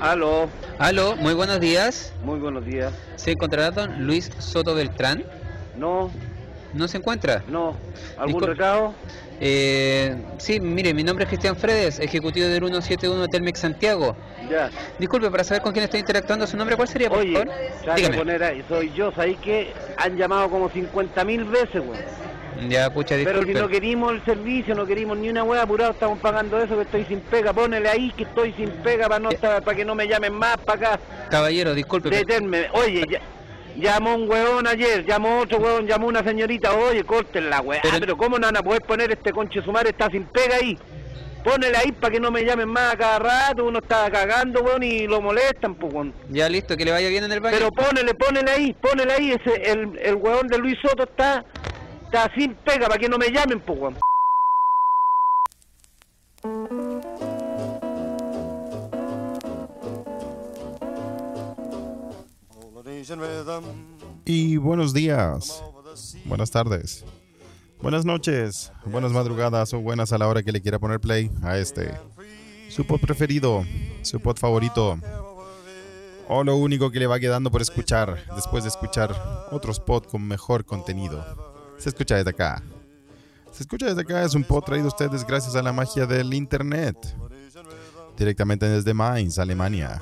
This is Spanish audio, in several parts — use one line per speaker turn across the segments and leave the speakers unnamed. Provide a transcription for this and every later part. Aló,
Aló, muy buenos días.
muy buenos días.
¿Se encontrará don Luis Soto Beltrán?
No,
¿No se encuentra?
no. ¿Algún
Discul-
recado?
Eh, sí, mire, mi nombre es Cristian Fredes, ejecutivo del 171 de Telmex Santiago.
Ya.
Disculpe, para saber con quién estoy interactuando, su nombre, ¿cuál sería, por
Oye,
favor?
te vas a
Dígame.
poner ahí, soy yo, ahí que han llamado como 50 mil veces, weón.
Ya, pucha,
Pero si
disculpe.
no querimos el servicio, no querimos ni una weá, apurado, estamos pagando eso, que estoy sin pega. Ponele ahí que estoy sin pega
Eh.
para no, estar- para que no me llamen más para acá.
Caballero, disculpe. pero-
Deténme. Oye, ya- llamó un weón ayer, llamó otro weón, llamó una señorita. Oye, corten la weá.
Pero-
Pero, ¿cómo no van a poder poner este conche su madre? Está sin pega ahí. Ponele ahí para que no me llamen más a cada rato. Uno está cagando, weón, y lo molestan, pues, weón.
Ya, listo, que le vaya bien en el baño.
Pero ponele, ponele ahí, ponele ahí. Ese, el, el weón de Luis Soto está, está sin pega para que no me llamen, pues, weón.
Y buenos días, buenas tardes, buenas noches, buenas madrugadas o buenas a la hora que le quiera poner play a este. Su pod preferido, su pod favorito. O lo único que le va quedando por escuchar después de escuchar otros pod con mejor contenido. Se escucha desde acá. Se escucha desde acá, es un pod traído a ustedes gracias a la magia del internet. Directamente desde Mainz, Alemania.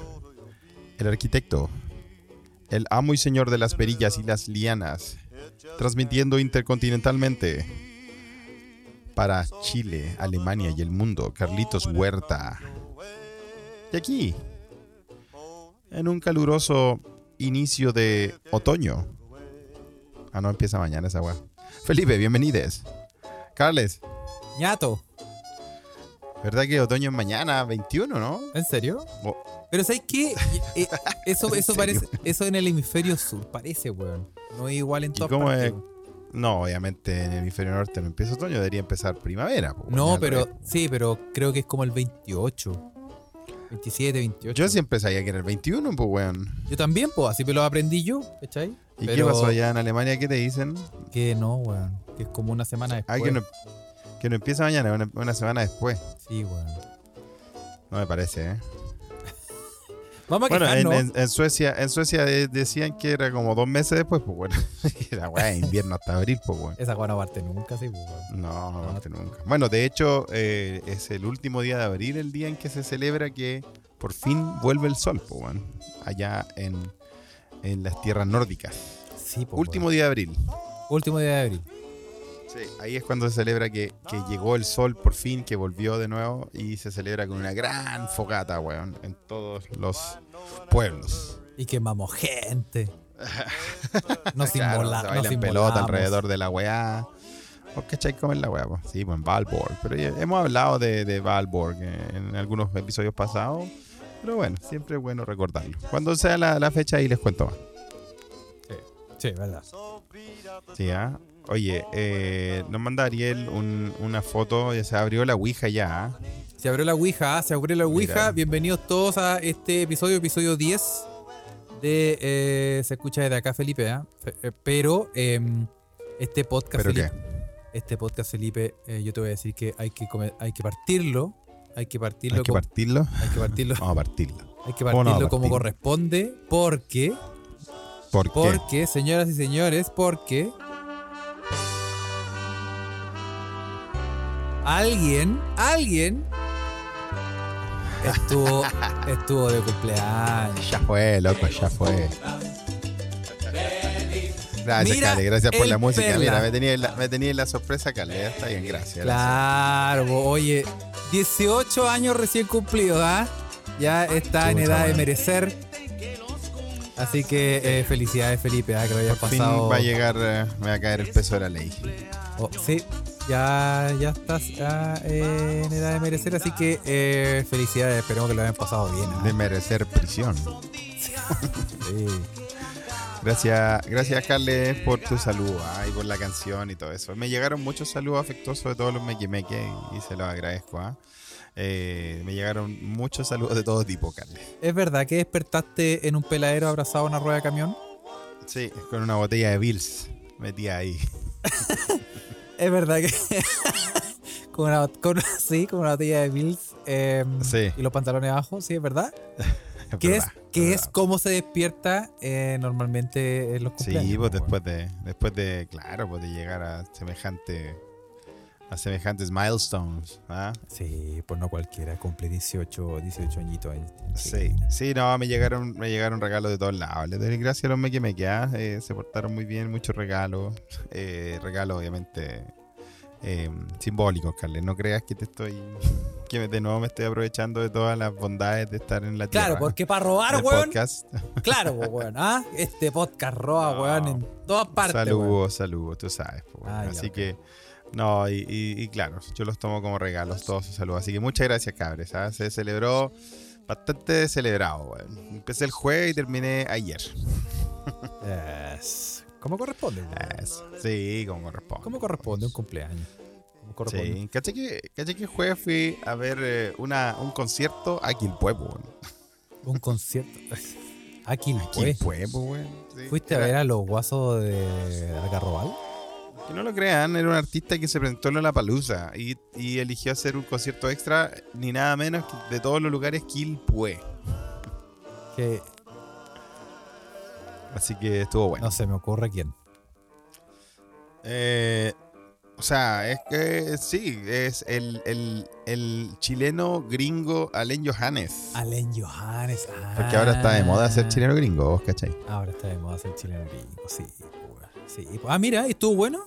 El arquitecto, el amo y señor de las perillas y las lianas, transmitiendo intercontinentalmente para Chile, Alemania y el mundo, Carlitos Huerta. Y aquí, en un caluroso inicio de otoño. Ah, no, empieza mañana esa weá. Felipe, bienvenides. Carles,
Ñato,
¿verdad que otoño es mañana 21, no?
¿en serio?
Oh.
Pero ¿sabes qué? Eh, eso
¿En
eso
serio?
parece eso en el hemisferio sur, parece, weón. No es igual en
¿Y
todas
cómo
partes.
es?
weón.
No, obviamente en el hemisferio norte no empieza otoño, debería empezar primavera. po, weón,
No,
al
pero
revés.
sí, pero creo que es como el 28. 27, 28.
Yo siempre sabía que era el 21, pues, weón.
Yo también, pues, así me lo aprendí yo, ¿cachai?
¿Y
Pero-
qué pasó allá en Alemania? ¿Qué te dicen?
Que no, weón. Que es como una semana
Ah,
después.
que no, que no empieza mañana, una, una semana después.
Sí, weón.
No me parece, ¿eh?
Vamos a
Bueno, en,
quejarnos.
en- en Suecia, en Suecia de- decían que era como dos meses después, pues, bueno. Era, weón, invierno hasta abril, pues, bueno.
Esa weón no parte nunca, sí, pues, weón.
No, no parte nunca. Bueno, de hecho, eh, es el último día de abril, el día en que se celebra que por fin vuelve el sol, pues, bueno. Allá en, en las tierras nórdicas.
Sí, pues,
Último día de abril.
weón. Último día de abril.
Sí, ahí es cuando se celebra que, que llegó el sol por fin, que volvió de nuevo y se celebra con una gran fogata, weón, en todos los pueblos.
Y quemamos gente. Nos
Claro,
inmola-
se
nos
bailan pelota
inmolamos.
alrededor de la weá. ¿Vos cacháis cómo es la weá? po? Sí, pues en Valborg. Pero ya hemos hablado de, de Valborg eh, en algunos episodios pasados. Pero bueno, siempre es bueno recordarlo. Cuando sea la, la fecha ahí les cuento más.
Sí, verdad.
Sí, ¿ah? Oye, eh, nos manda Ariel un- una foto, ya se abrió la Ouija ya. ¿ah?
Se abrió la Ouija, ah, se abrió la Ouija.
Mira.
Bienvenidos todos a este episodio, episodio 10 de eh, Se escucha desde acá, Felipe. ¿ah? Fe- eh, Pero em, este podcast,
¿Pero
Felipe, este podcast, Felipe, eh, yo te voy a decir que hay que, come- hay que partirlo. Hay que partirlo,
¿Hay que
como-
partirlo?
hay que partirlo,
Vamos a partirlo.
hay que
¿Cómo no va a
partirlo como
partir?
corresponde. Porque,
¿Por qué?
porque, señoras y señores, porque alguien, alguien estuvo, estuvo de cumpleaños.
Ya fue, loco, ya fue. Gracias,
Mira
Cale, gracias por
el
la música.
perla.
Mira, me tenía, en la, me tenía en la sorpresa, Cale. ya Está bien, gracias. gracias.
Claro, bo- oye, 18 años recién cumplidos, ¿ah? Ya está en
Chuta,
edad de
bueno.
merecer. Así que eh, felicidades, Felipe, ah, que lo hayas
Por fin
pasado.
va a llegar, eh, me va a caer el peso de la ley.
Oh, sí, ya, ya estás ah, eh, en edad de merecer, así que eh, felicidades, esperemos que lo hayan pasado bien. ¿ah?
De merecer prisión.
Sí.
Gracias, gracias, Carles, por tu saludo ah, y por la canción y todo eso. Me llegaron muchos saludos afectuosos de todos los mequimeques y se los agradezco. ah. Eh, me llegaron muchos saludos de todo tipo, Carles.
¿Es verdad que despertaste en un peladero abrazado a una rueda de camión?
Sí, con una botella de Bills metida ahí.
Es verdad que. con una, con, sí, con una botella de Bills eh,
Sí.
y los pantalones abajo, sí, es verdad. Que es,
verdad,
que
verdad.
es cómo se despierta eh, normalmente en los cumpleaños.
Sí, pues
po,
después de, después de, claro, pues de llegar a semejante, a semejantes milestones, ¿ah?
weón. Sí, pues no cualquiera, cumple 18, 18 añitos. ahí.
Sí, sí, no, me llegaron, me llegaron regalos de todos lados. Les doy gracias a los meque mequeas, eh, se portaron muy bien, muchos regalos, eh, regalos obviamente eh, simbólicos, Carles. No creas que te estoy, que me- de nuevo me estoy aprovechando de todas las bondades de estar en la tierra.
Claro, porque para robar,
del
weón.
podcast.
Claro, po, weón. ¿ah? Este podcast roba,
No.
weón, en todas partes.
saludos,
weón.
saludos, tú sabes. po, weón.
Ah, ya,
así
ok.
que, no, y, y- y claro, yo los tomo como regalos, todos sus saludos. Así que muchas gracias, cabres. ¿ah? Se celebró bastante celebrado. weón. Empecé el jueves y terminé ayer.
Yes. ¿Cómo corresponde, weón?
Eso. Sí, como corresponde.
¿Cómo corresponde un cumpleaños? ¿Cómo corresponde?
Sí, caché que, caché que el jueves fui a ver eh, una, un concierto a Quilpue, po, weón.
Un concierto. Aquí,
A
pues.
Quilpue, po, weón. Sí,
¿Fuiste a
era-
ver a los guasos de Algarrobal?
Que no lo crean, era un artista que se presentó en La Palusa y, y eligió hacer un concierto extra, ni nada menos que de todos los lugares Quilpue.
Que
Así que estuvo bueno.
no se me ocurre quién.
Eh, o sea, es que sí, es el, el- el chileno gringo Alen Johannes.
Alen Johannes. ah.
Porque ahora está de moda ser chileno gringo, ¿vos cachai?
Ahora está de moda ser chileno gringo, sí. weón. sí. po. Ah, mira, ¿estuvo bueno?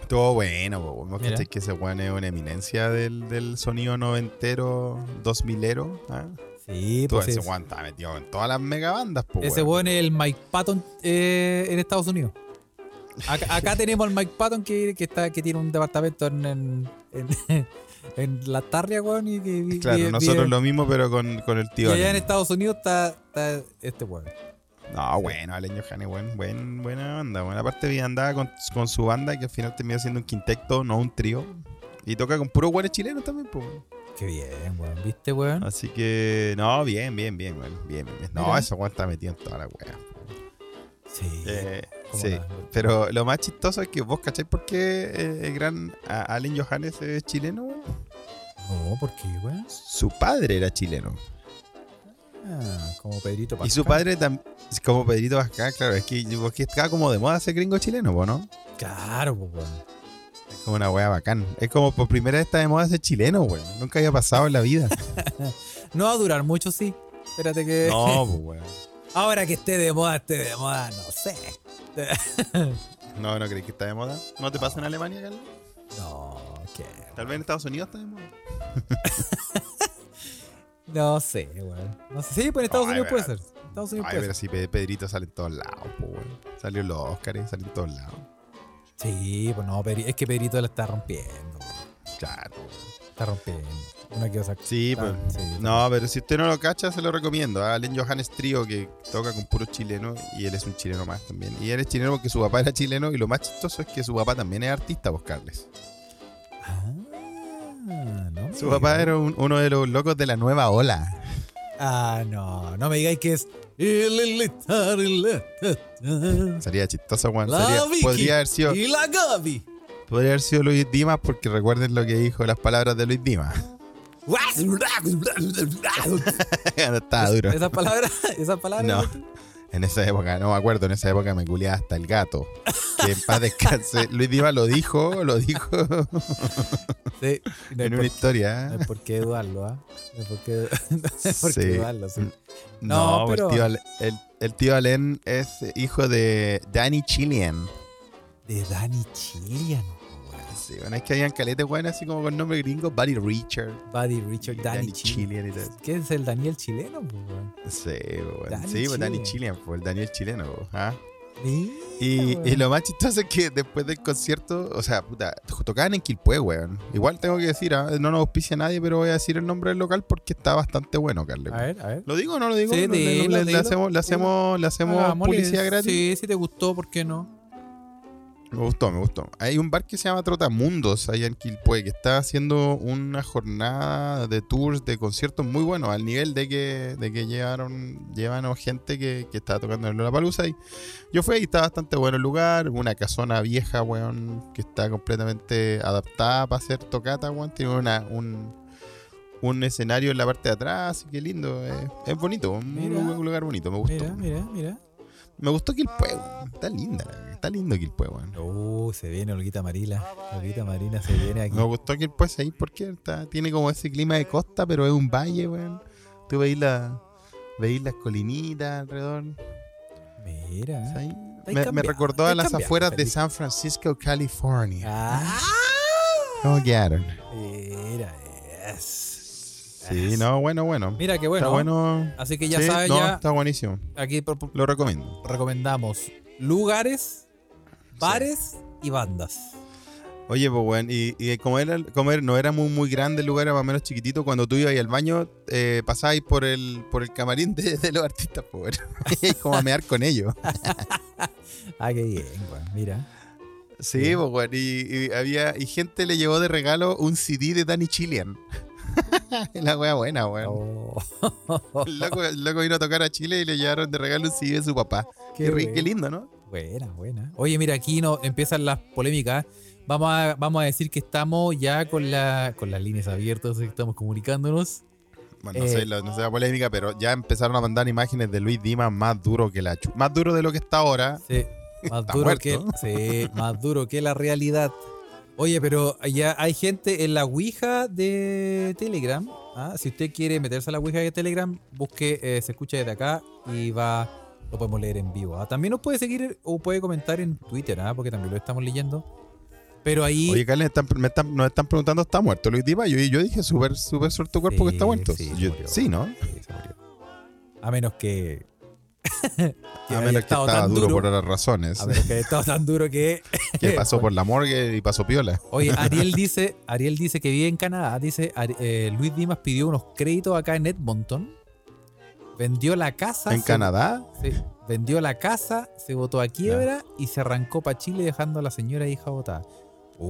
Estuvo bueno, po, vos
Mira.
cachai que ese weón es una eminencia del, del sonido noventero, dos milero. ¿ah?
Sí,
Tú,
pues
ese
es-
weón está metido en todas las megabandas, po,
Ese
weón.
weón es el Mike Patton eh, en Estados Unidos. Acá, acá tenemos al Mike Patton que, que está, que tiene un departamento en, en, en- en la Tarria, weón. Y que vi-
Claro,
vive-
nosotros
vive-
lo mismo, pero con, con el
Y
tío.
allá en
Allen.
Estados Unidos está, está este weón.
No, bueno, Alen Johannes, buen, buen- buena banda. Buena parte bien andaba con, con su banda, que al final terminó siendo un quinteto, no un trío. Y toca con puros guanes chilenos también, po, weón.
Qué bien, weón. ¿Viste, weón?
Así que, no, bien, bien, bien, weón. Bien, bien, bien. No,
Ah. Mira.
ese weón está metido en toda la weá.
Sí.
Eh,
¿Cómo
sí,
no?
pero lo más chistoso es que vos cachai por qué eh, el gran a- Allen Johannes es chileno, weón?
No, ¿por qué, weón?
Su padre era chileno.
Ah, como Pedrito
Y su
Pascal.
padre también, como Pedrito Vasca, claro, es que, es que está como de moda ser gringo chileno, po, ¿no?
Claro, pues, weón.
Es como una wea bacán. Es como por primera vez está de moda ser chileno, weón. Nunca había pasado en la vida.
No va a durar mucho, sí. Espérate que.
No, pues, weón.
Ahora que esté de moda, esté de moda, no sé.
No, no crees que está de moda. ¿No te pasa en Alemania, Carlos?
No, qué.
Tal vez en Estados Unidos está de moda.
No sé, weón. No sé. Sí, pues en Estados
Ay,
Unidos puede ser.
weón.
Estados Unidos
Ay,
puede
pero
ser.
sí, Pe- Pedrito sale en todos lados, pues, weón. Salió en los Oscars, salió en todos lados.
Sí, pues no, Pedri- es que Pedrito la está rompiendo, weón.
Claro.
Está rompiendo. Una que otra.
Sí,
Ah,
pues.
sí.
No, pero si usted no lo cacha, se lo recomiendo. A Allen Johannes Trio, que toca con puros chilenos, y él es un chileno más también. Y él es chileno porque su papá era chileno, y lo más chistoso es que su papá también es artista, vos, Carles.
Ah, no me
Su papá
digas.
era un- uno de los locos de la nueva ola.
Ah, no, no me digáis que es. Y
Sería chistoso, Juan.
La
Sería-
Vicky.
podría, haber sido,
la Gaby.
podría haber sido Luis Dimas, porque recuerden lo que dijo las palabras de Luis Dimas. No Estaba Ah, duro.
Esa palabra, esa palabra.
No. En esa época, no me acuerdo, en esa época me culeaba hasta el gato. Que en paz descanse. Luis Dimas lo dijo, lo dijo
Sí, no hay
en
por-
una historia.
no hay
¿eh?
por qué dudarlo, ¿ah? No hay por qué, no hay por qué
Sí.
dudarlo, sí.
No,
No,
pero
pero-
el tío, Ale- el, el tío Alén es hijo de Danny Chilian.
De Danny Chilian. weón.
Sí, bueno, es que habían caletes, weón, así como con nombre gringo, Buddy Richard.
Buddy Richard, Danny, Chilian.
y todo eso.
¿Qué es el Daniel chileno? po, weón?
Sí, weón.
Daniel
sí, pues Dani
Chilian.
Chilian, pues el Daniel chileno, po, ¿ah?
Mira,
Y,
weón.
y lo más chistoso es que después del concierto, o sea, puta, tocaban en Quilpue, weón. Igual tengo que decir, ah, no nos auspicia nadie, pero voy a decir el nombre del local porque está bastante bueno, Carlos.
A ver, a ver.
¿Lo digo o no lo digo?
Sí,
No, le- le-
dilo,
le,
dilo,
hacemos, le hacemos, le hacemos
Hagámosle.
publicidad gratis.
Sí, si te gustó, ¿por qué no?
Me gustó, me gustó. Hay un bar que se llama Trotamundos allá en Quilpue que está haciendo una jornada de tours, de conciertos muy buenos, al nivel de que, de que llevaron, llevaron gente que, que estaba tocando en la palusa. Y yo fui y está bastante bueno el lugar. Una casona vieja, weón, que está completamente adaptada para hacer tocata, weón. Tiene una, un, un escenario en la parte de atrás. Qué lindo. eh. Es bonito. Un,
Mira.
lu- un lugar bonito. Me gustó.
Mira, mira, mira.
Me gustó Quilpue. weón. Está linda. la- Está lindo Quilpue, weón.
Uh, se viene Olguita Marina. Olguita Marina se viene aquí.
Me gustó Quilpue ahí porque está- tiene como ese clima de costa, pero es un valle, weón. Tú veis, la, veis las colinitas alrededor.
Mira.
¿sabes?
Estáis
Me, me
cambiado,
recordó a
estáis
las
cambiado,
afueras de
Felipe.
San Francisco, California.
Ah,
¿Cómo quedaron?
mira, es.
Sí, no, bueno, bueno.
Mira, qué bueno.
Está bueno.
Así que ya
Sí,
sabes,
no,
ya
está buenísimo.
aquí pro- pro-
Lo recomiendo.
recomendamos lugares, bares y bandas.
Oye, pues, weón, y, y como, era, como era- no era muy, muy grande el lugar, era más o menos chiquitito, cuando tú ibas al baño, eh, pasabais por el, por el camarín de, de los artistas, pues, weón. como a mear con ellos.
Ah, qué bien, weón. Mira.
Sí,
Bien.
pues, weón, y, y había, y gente le llevó de regalo un CD de Danny Chilean. La wea buena, weón.
Oh,
El loco, el loco vino a tocar a Chile y le llevaron de regalo un CD de su papá. Qué, ri-
bueno.
qué lindo, ¿no?
Buena, buena. Oye, mira, aquí no, empiezan las polémicas. Vamos a, vamos a decir que estamos ya con, la, con las líneas abiertas, así que estamos comunicándonos.
Bueno, no,
Eh.
sé, la- no sé la polémica, pero ya empezaron a mandar imágenes de Luis Dimas más duro que la chu- Más duro de lo que está ahora.
Sí, más
Está
duro
muerto.
que sí, más duro que la realidad. Oye, pero ya hay gente en la Ouija de Telegram. ¿ah? Si usted quiere meterse a la Ouija de Telegram, busque, eh, se escucha desde acá y va, lo podemos leer en vivo. ¿ah? También nos puede seguir o puede comentar en Twitter, ¿ah? porque también lo estamos leyendo. Pero ahí...
Oye, Carles, están- me están- nos están preguntando, ¿está muerto Luis Dimas? Yo, yo dije, súper, súper suerte tu cuerpo que está
Sí,
muerto.
sí,
Yo-
se
Sí,
murió.
¿no?
Sí, se murió. A menos que... que
A
haya
menos que
estado
estaba
tan
duro, por otras razones.
A menos que haya estado tan duro que...
Que pasó por la morgue y pasó piola.
Oye, Ariel dice, Ariel dice que vive en Canadá. Dice, Ari- eh, Luis Dimas pidió unos créditos acá en Edmonton. Vendió la casa.
¿En
se-
Canadá?
se- vendió la casa, se botó a quiebra y se arrancó para Chile dejando a la señora e hija botada.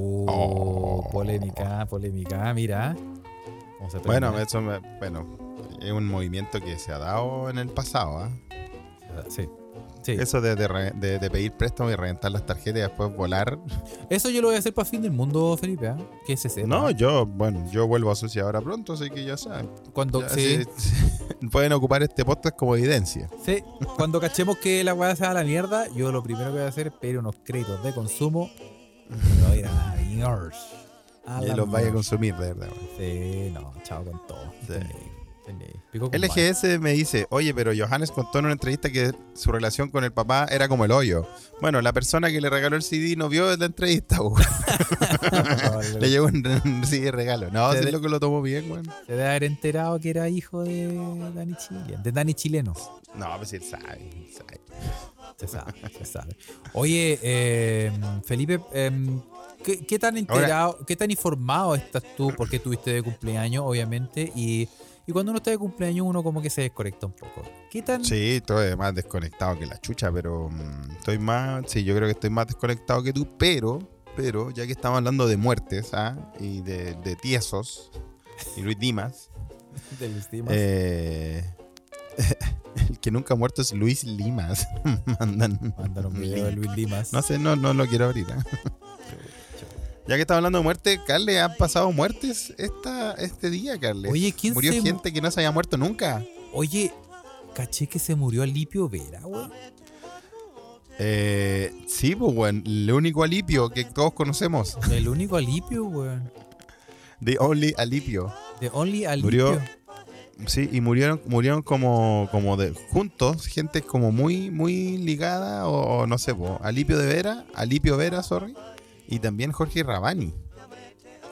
Oh,
Oh.
polémica, polémica, mira. Vamos a
Bueno,
terminar.
eso me- bueno, es un movimiento que se ha dado en el pasado. ¿ah?
Sí, sí. Eso.
Eso de, de re- de- de pedir préstamo y reventar las tarjetas y después volar.
yo lo voy a hacer para fin del mundo, Felipe. ¿ah? Que se sepa.
No, yo, bueno, yo vuelvo a Sucia ahora pronto, así que ya saben.
cuando,
Ya,
sí,
sí, sí. Pueden ocupar este podcast como evidencia.
Sí, cuando cachemos que la weá se va a la mierda, yo lo primero que voy a hacer es pedir unos créditos de consumo. Me voy a ir a la mierda. A
Y
la
los vaya a
mierda.
consumir, de verdad.
Sí, no, chao con todo.
Sí.
Tenéis, tenéis. Pico con mal.
LGS me dice, oye, pero Johannes contó en una entrevista que su relación con el papá era como el hoyo. Bueno, la persona que le regaló el CD no vio la entrevista, weón. le llegó un, un CD de regalo. No,
Se
sí,
de-
lo que lo tomó bien, weón.
Se debe haber enterado que era hijo de Dani Chileno. De Dani Chileno.
No, pues él sabe, él sabe.
Se sabe, se sabe. Oye, eh, Felipe, eh, ¿qué, qué tan enterado, qué tan informado estás tú? Porque tuviste de cumpleaños, obviamente, y, y cuando uno está de cumpleaños uno como que se desconecta un poco. ¿Qué tan
Sí, estoy más desconectado que la chucha, pero mm, estoy más, sí, yo creo que estoy más desconectado que tú, pero, pero, ya que estamos hablando de muertes, ¿ah? Y de, de tiesos, y Luis Dimas,
de los temas?
eh, el que nunca ha muerto es Luis Limas, mandan.
Mandan un video de
link.
Luis Dimas.
No sé, no, no lo quiero abrir. ¿ah? Ya que estamos hablando de muerte, Carle, han pasado muertes esta, este día, Carle.
Oye, ¿quién
Murió
se mu-
gente que no se había muerto nunca.
Oye, caché que se murió Alipio Vera, güey.
Eh, sí, pues, weón. El único alipio que todos conocemos.
El único Alipio, güey.
The Only Alipio.
The Only Alipio.
Murió. Sí, y murieron, murieron como, como de, juntos, gente como muy, muy ligada, o, o no sé, po, Alipio de Vera, Alipio Vera, sorry, y también Jorge Rabani.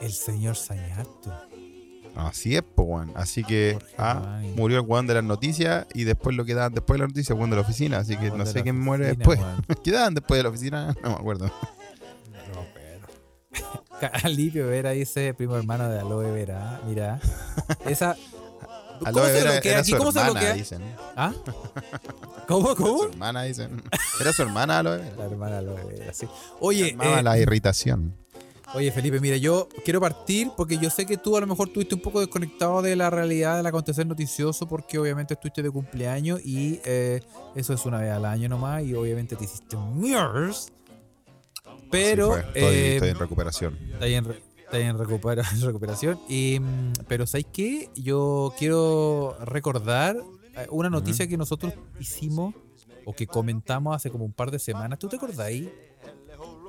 El señor Sañato.
Así es, po, weón. Así que
Jorge
ah,
Rabani.
murió el weón de las noticias y después lo que daban después de las noticias, weón de la oficina. Así
Ah,
que no sé quién muere después. ¿Qué daban después de la oficina? No me acuerdo.
Alipio Vera dice primo hermano de Aloe Vera. Mira. Esa. ¿Cómo
Aloe
se
Vera
bloquea
era
aquí?
su
¿Cómo se ¿Uh?
hermana,
bloquea?
dicen.
¿Ah? ¿Cómo,
Su
cómo?
hermana, dicen. Era su hermana Aloe Vera.
La hermana Aloe Vera, sí. Oye,
Amaba
eh,
la irritación.
Oye, Felipe, mira, yo quiero partir porque yo sé que tú a lo mejor estuviste un poco desconectado de la realidad del acontecer noticioso porque obviamente estuviste de cumpleaños y eh, eso es una vez al año nomás y obviamente te hiciste un mierda. Pero
Sí, fue. estoy,
eh,
estoy en recuperación.
está ahí en re- Está en recupera- recuperación. Y, mm, pero ¿sabéis qué? Yo quiero recordar eh, una noticia que nosotros hicimos o que comentamos hace como un par de semanas. ¿Tú te acordáis?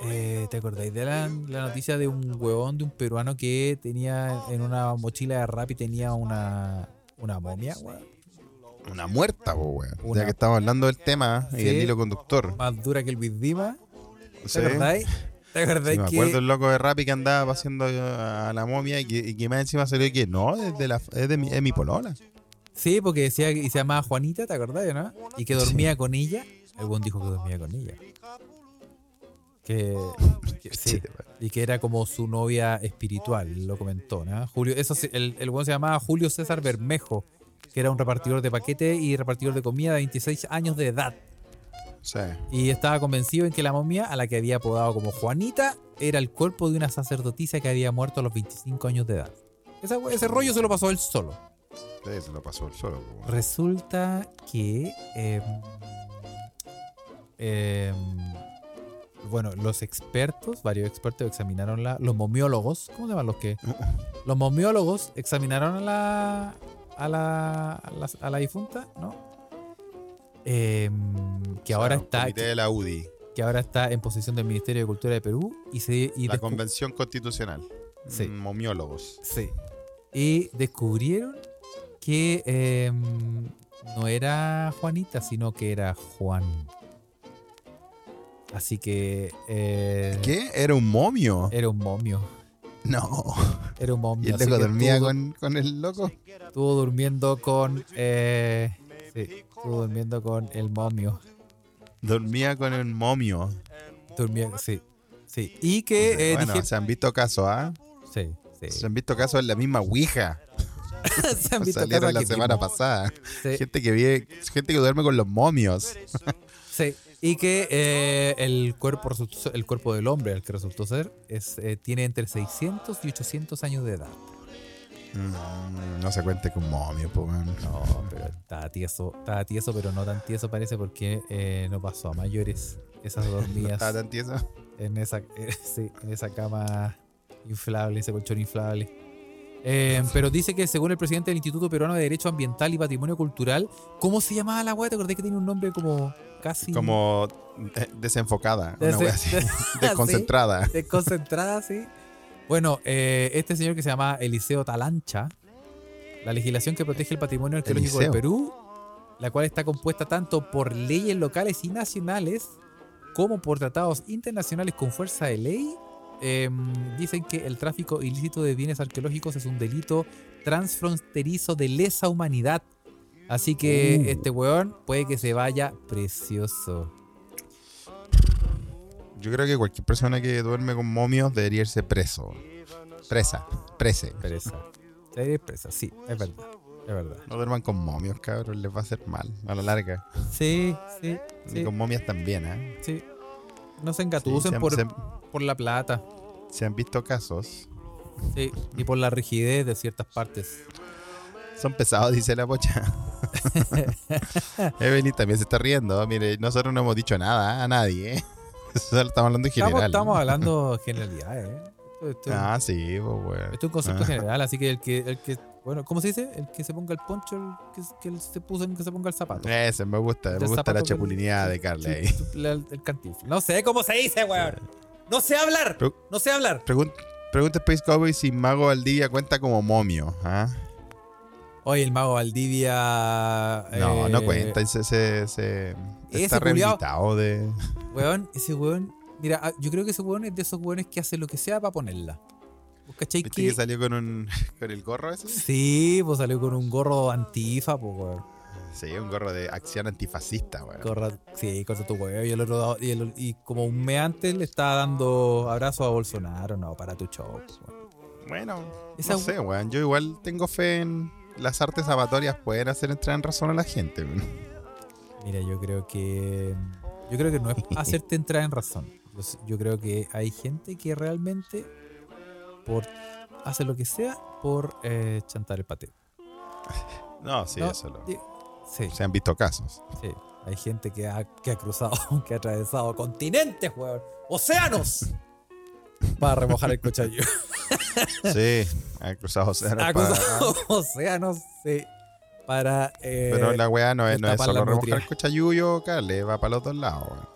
Eh, ¿Te acordáis de la, la noticia de un huevón, de un peruano que tenía en una mochila de rap y tenía una, una momia? weón?
Una muerta, po, weón.
Una-
Ya que estamos hablando del tema y
Sí.
del hilo conductor.
Más dura que el Luis Dima. ¿Te
Sí.
acordáis? ¿Te acordáis
Sí, me
que
acuerdo el loco de Rappi que andaba paseando a la momia y que, y que más encima salió que no, es de, la, es de mi, es mi polola.
Sí, porque decía que se llamaba Juanita, ¿te acordás, no? Y que dormía con ella. El buen dijo que dormía con ella. Que, que sí. Y que era como su novia espiritual, lo comentó, ¿no? Julio, eso sí, el, el buen se llamaba Julio César Bermejo, que era un repartidor de paquete y repartidor de comida de 26 años de edad.
Sí.
Y estaba convencido en que la momia, a la que había apodado como Juanita, era el cuerpo de una sacerdotisa que había muerto a los 25 años de edad. Esa- ese rollo se lo pasó él solo.
Sí, se lo pasó el solo. po, weón.
Resulta que. em, em, bueno, los expertos, varios expertos examinaron la. Los momiólogos, ¿cómo se llaman los que? Los momiólogos examinaron a la. a la. a la, a la difunta, ¿no? Em, que ahora
O sea,
está.
Comité
Que,
de la UDI,
que ahora está en posesión del Ministerio de Cultura de Perú y se. Y
la
descu-
Convención Constitucional.
Sí.
Mm, Momiólogos.
Sí. Y descubrieron que em, no era Juanita, sino que era Juan. Así que eh,
¿Qué? Era un momio.
era un momio.
No.
Era un momio.
Y el
así
loco
que
dormía
estuvo-
con, con el loco.
Estuvo durmiendo con. eh, sí, estuvo durmiendo con el momio.
Dormía con el momio.
Durmía, sí. Sí. Y que eh,
bueno,
dije-
se han visto casos, ¿ah?
Sí, sí.
Se han visto casos en la misma Ouija.
Se han visto
pues Salieron
casos
la
que
semana
vimos.
pasada.
Sí.
Gente que vive, gente que duerme con los momios.
Sí, y que eh, el, cuerpo resultó- el cuerpo del hombre, el que resultó ser, es, eh, tiene entre 600 y 800 años de edad.
Mm, no se cuente con momio, po, weón.
No, pero está tieso, está tieso, pero no tan tieso parece porque eh, no pasó a mayores esas
No
dormidas
estaba tan tieso.
en, esa, eh, sí, en esa cama inflable, ese colchón inflable. Eh, pero dice que según el presidente del Instituto Peruano de Derecho Ambiental y Patrimonio Cultural, ¿cómo se llamaba la weá? ¿Te acordás que tiene un nombre como casi...
Como eh, desenfocada. una
Dese- Ah,
wea así.
Sí.
Desconcentrada.
Desconcentrada, sí. Bueno, eh, este señor que se llama Eliseo Talancha, la legislación que protege el patrimonio arqueológico del
Eliseo.
Perú, la cual está compuesta tanto por leyes locales y nacionales como por tratados internacionales con fuerza de ley, eh, dicen que el tráfico ilícito de bienes arqueológicos es un delito transfronterizo de lesa humanidad. Así que este weón puede que se vaya precioso.
Yo creo que cualquier persona que duerme con momios debería irse preso. Presa. Prese.
Presa. Se ve presa, sí, es verdad. Es verdad.
No duerman con momios, cabrón. Les va a hacer mal a la larga.
Sí, sí,
Y
sí.
con momias también, ¿eh?
sí. No se
Sí,
engatusen
se, han,
por,
se han-
por la plata
se han visto casos.
sí, y por la rigidez de ciertas partes.
Son pesados, dice la pocha. Evelyn también se está riendo. Mire, nosotros no hemos dicho nada a nadie, ¿eh? Solo estamos hablando en general.
Estamos, estamos hablando generalidades. ¿eh? Esto- esto-
Ah, sí, pues, weón.
esto es un concepto
Ah.
general, así que el que, el que, bueno, ¿cómo se dice? El que se ponga el poncho, el que, que el se puso, el que se ponga el zapato.
Ese, me gusta.
Del
Eh, Me gusta la
zapato que-
chapulineada de Carla ahí.
La- El, cantifle. No sé cómo se dice, weón. No sé hablar.
Pero-
No sé hablar.
Pregun- pregunta Space Cowboy si Mago Valdivia cuenta como momio. ¿ah?
Oye, el mago Valdivia.
No, no
eh,
cuenta. Se, se- se-
ese
está
culiao-
rehabilitado de.
Weón, ese weón. Mira, ah, yo creo que ese weón es de esos weones que hace lo que sea para ponerla. ¿Vos ¿Cachai?
¿Viste
Que...
que salió con, un, con el gorro ese?
Sí, pues salió con un gorro antifa, pues weón.
Sí, un gorro de acción antifascista, weón.
Gorra, sí, corta tu weón. Y el otro dado- y, el- y como un mes antes le estaba dando abrazo a Bolsonaro, no, para tu show. pues, weón.
Bueno,
Esa
no sé, weón. Yo igual tengo fe en las artes zapatorias pueden hacer entrar en razón a la gente, weón.
Mira, yo creo que. Yo creo que no es hacerte entrar en razón. Yo, s- yo creo que hay gente que realmente por hace lo que sea por eh, chantar el pateo.
No, sí,
No,
eso lo-
di- Sí.
Se han visto casos.
Sí, hay gente que ha, que ha cruzado, que ha atravesado continentes, weón. Océanos. Para remojar el cochayo.
Sí, ha cruzado océanos para-
Acusado océanos sí, para. eh,
Pero la weá no es, no es
destapar
solo
la nutria.
remojar cochayuyo, Carle, va para los dos lados. weón.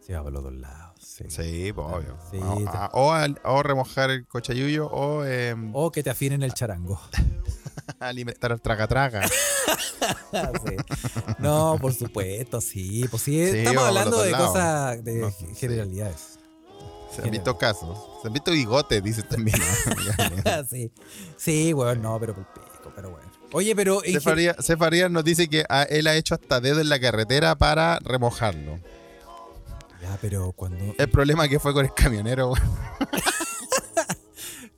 Se va por los dos lados. Sí.
Sí, pues, obvio.
Sí,
o,
ta-
a- o al- o remojar el cochayuyo o eh,
O que te afinen el charango.
alimentar al traga-traga.
Sí. No, por supuesto, sí. Pues sí,
Sí, vamos
estamos
por
hablando
los
de
dos
cosas de
No,
ge-
sí.
generalidades.
Se han visto casos. Se han visto bigotes, dices también.
sí. Sí, weón, no, pero por pico, pero bueno. Oye, pero en
Cef
gen-
Farías- Cef Farías nos dice que a- él ha hecho hasta dedo en la carretera para remojarlo.
Ya, pero cuando
El problema que fue con el camionero, weón.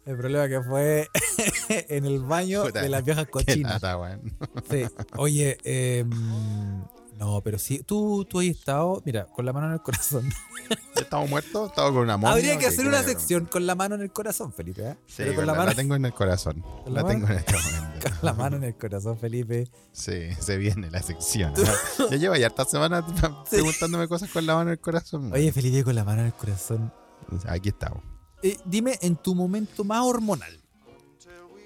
el problema que fue en el baño
Puta,
de las viejas
Qué
cochinas.
lata, weón.
Sí. Oye, eh, no, pero sí, tú tú has estado, mira, con la mano en el corazón.
¿Estamos muertos? ¿Estamos con una momia?
Habría que
¿Qué
hacer una
creo?
sección con la mano en el corazón, Felipe, ¿eh?
Sí,
Pero con
la,
la
la
mano
tengo en el corazón.
¿Con
La
la mano?
tengo en este momento.
con la mano en el corazón, Felipe.
Sí, se viene la sección. ¿no? Yo llevo ya estas semanas preguntándome cosas con la mano en el corazón.
Oye, Felipe, con la mano en el corazón.
Aquí estamos.
Eh, dime en tu momento más hormonal.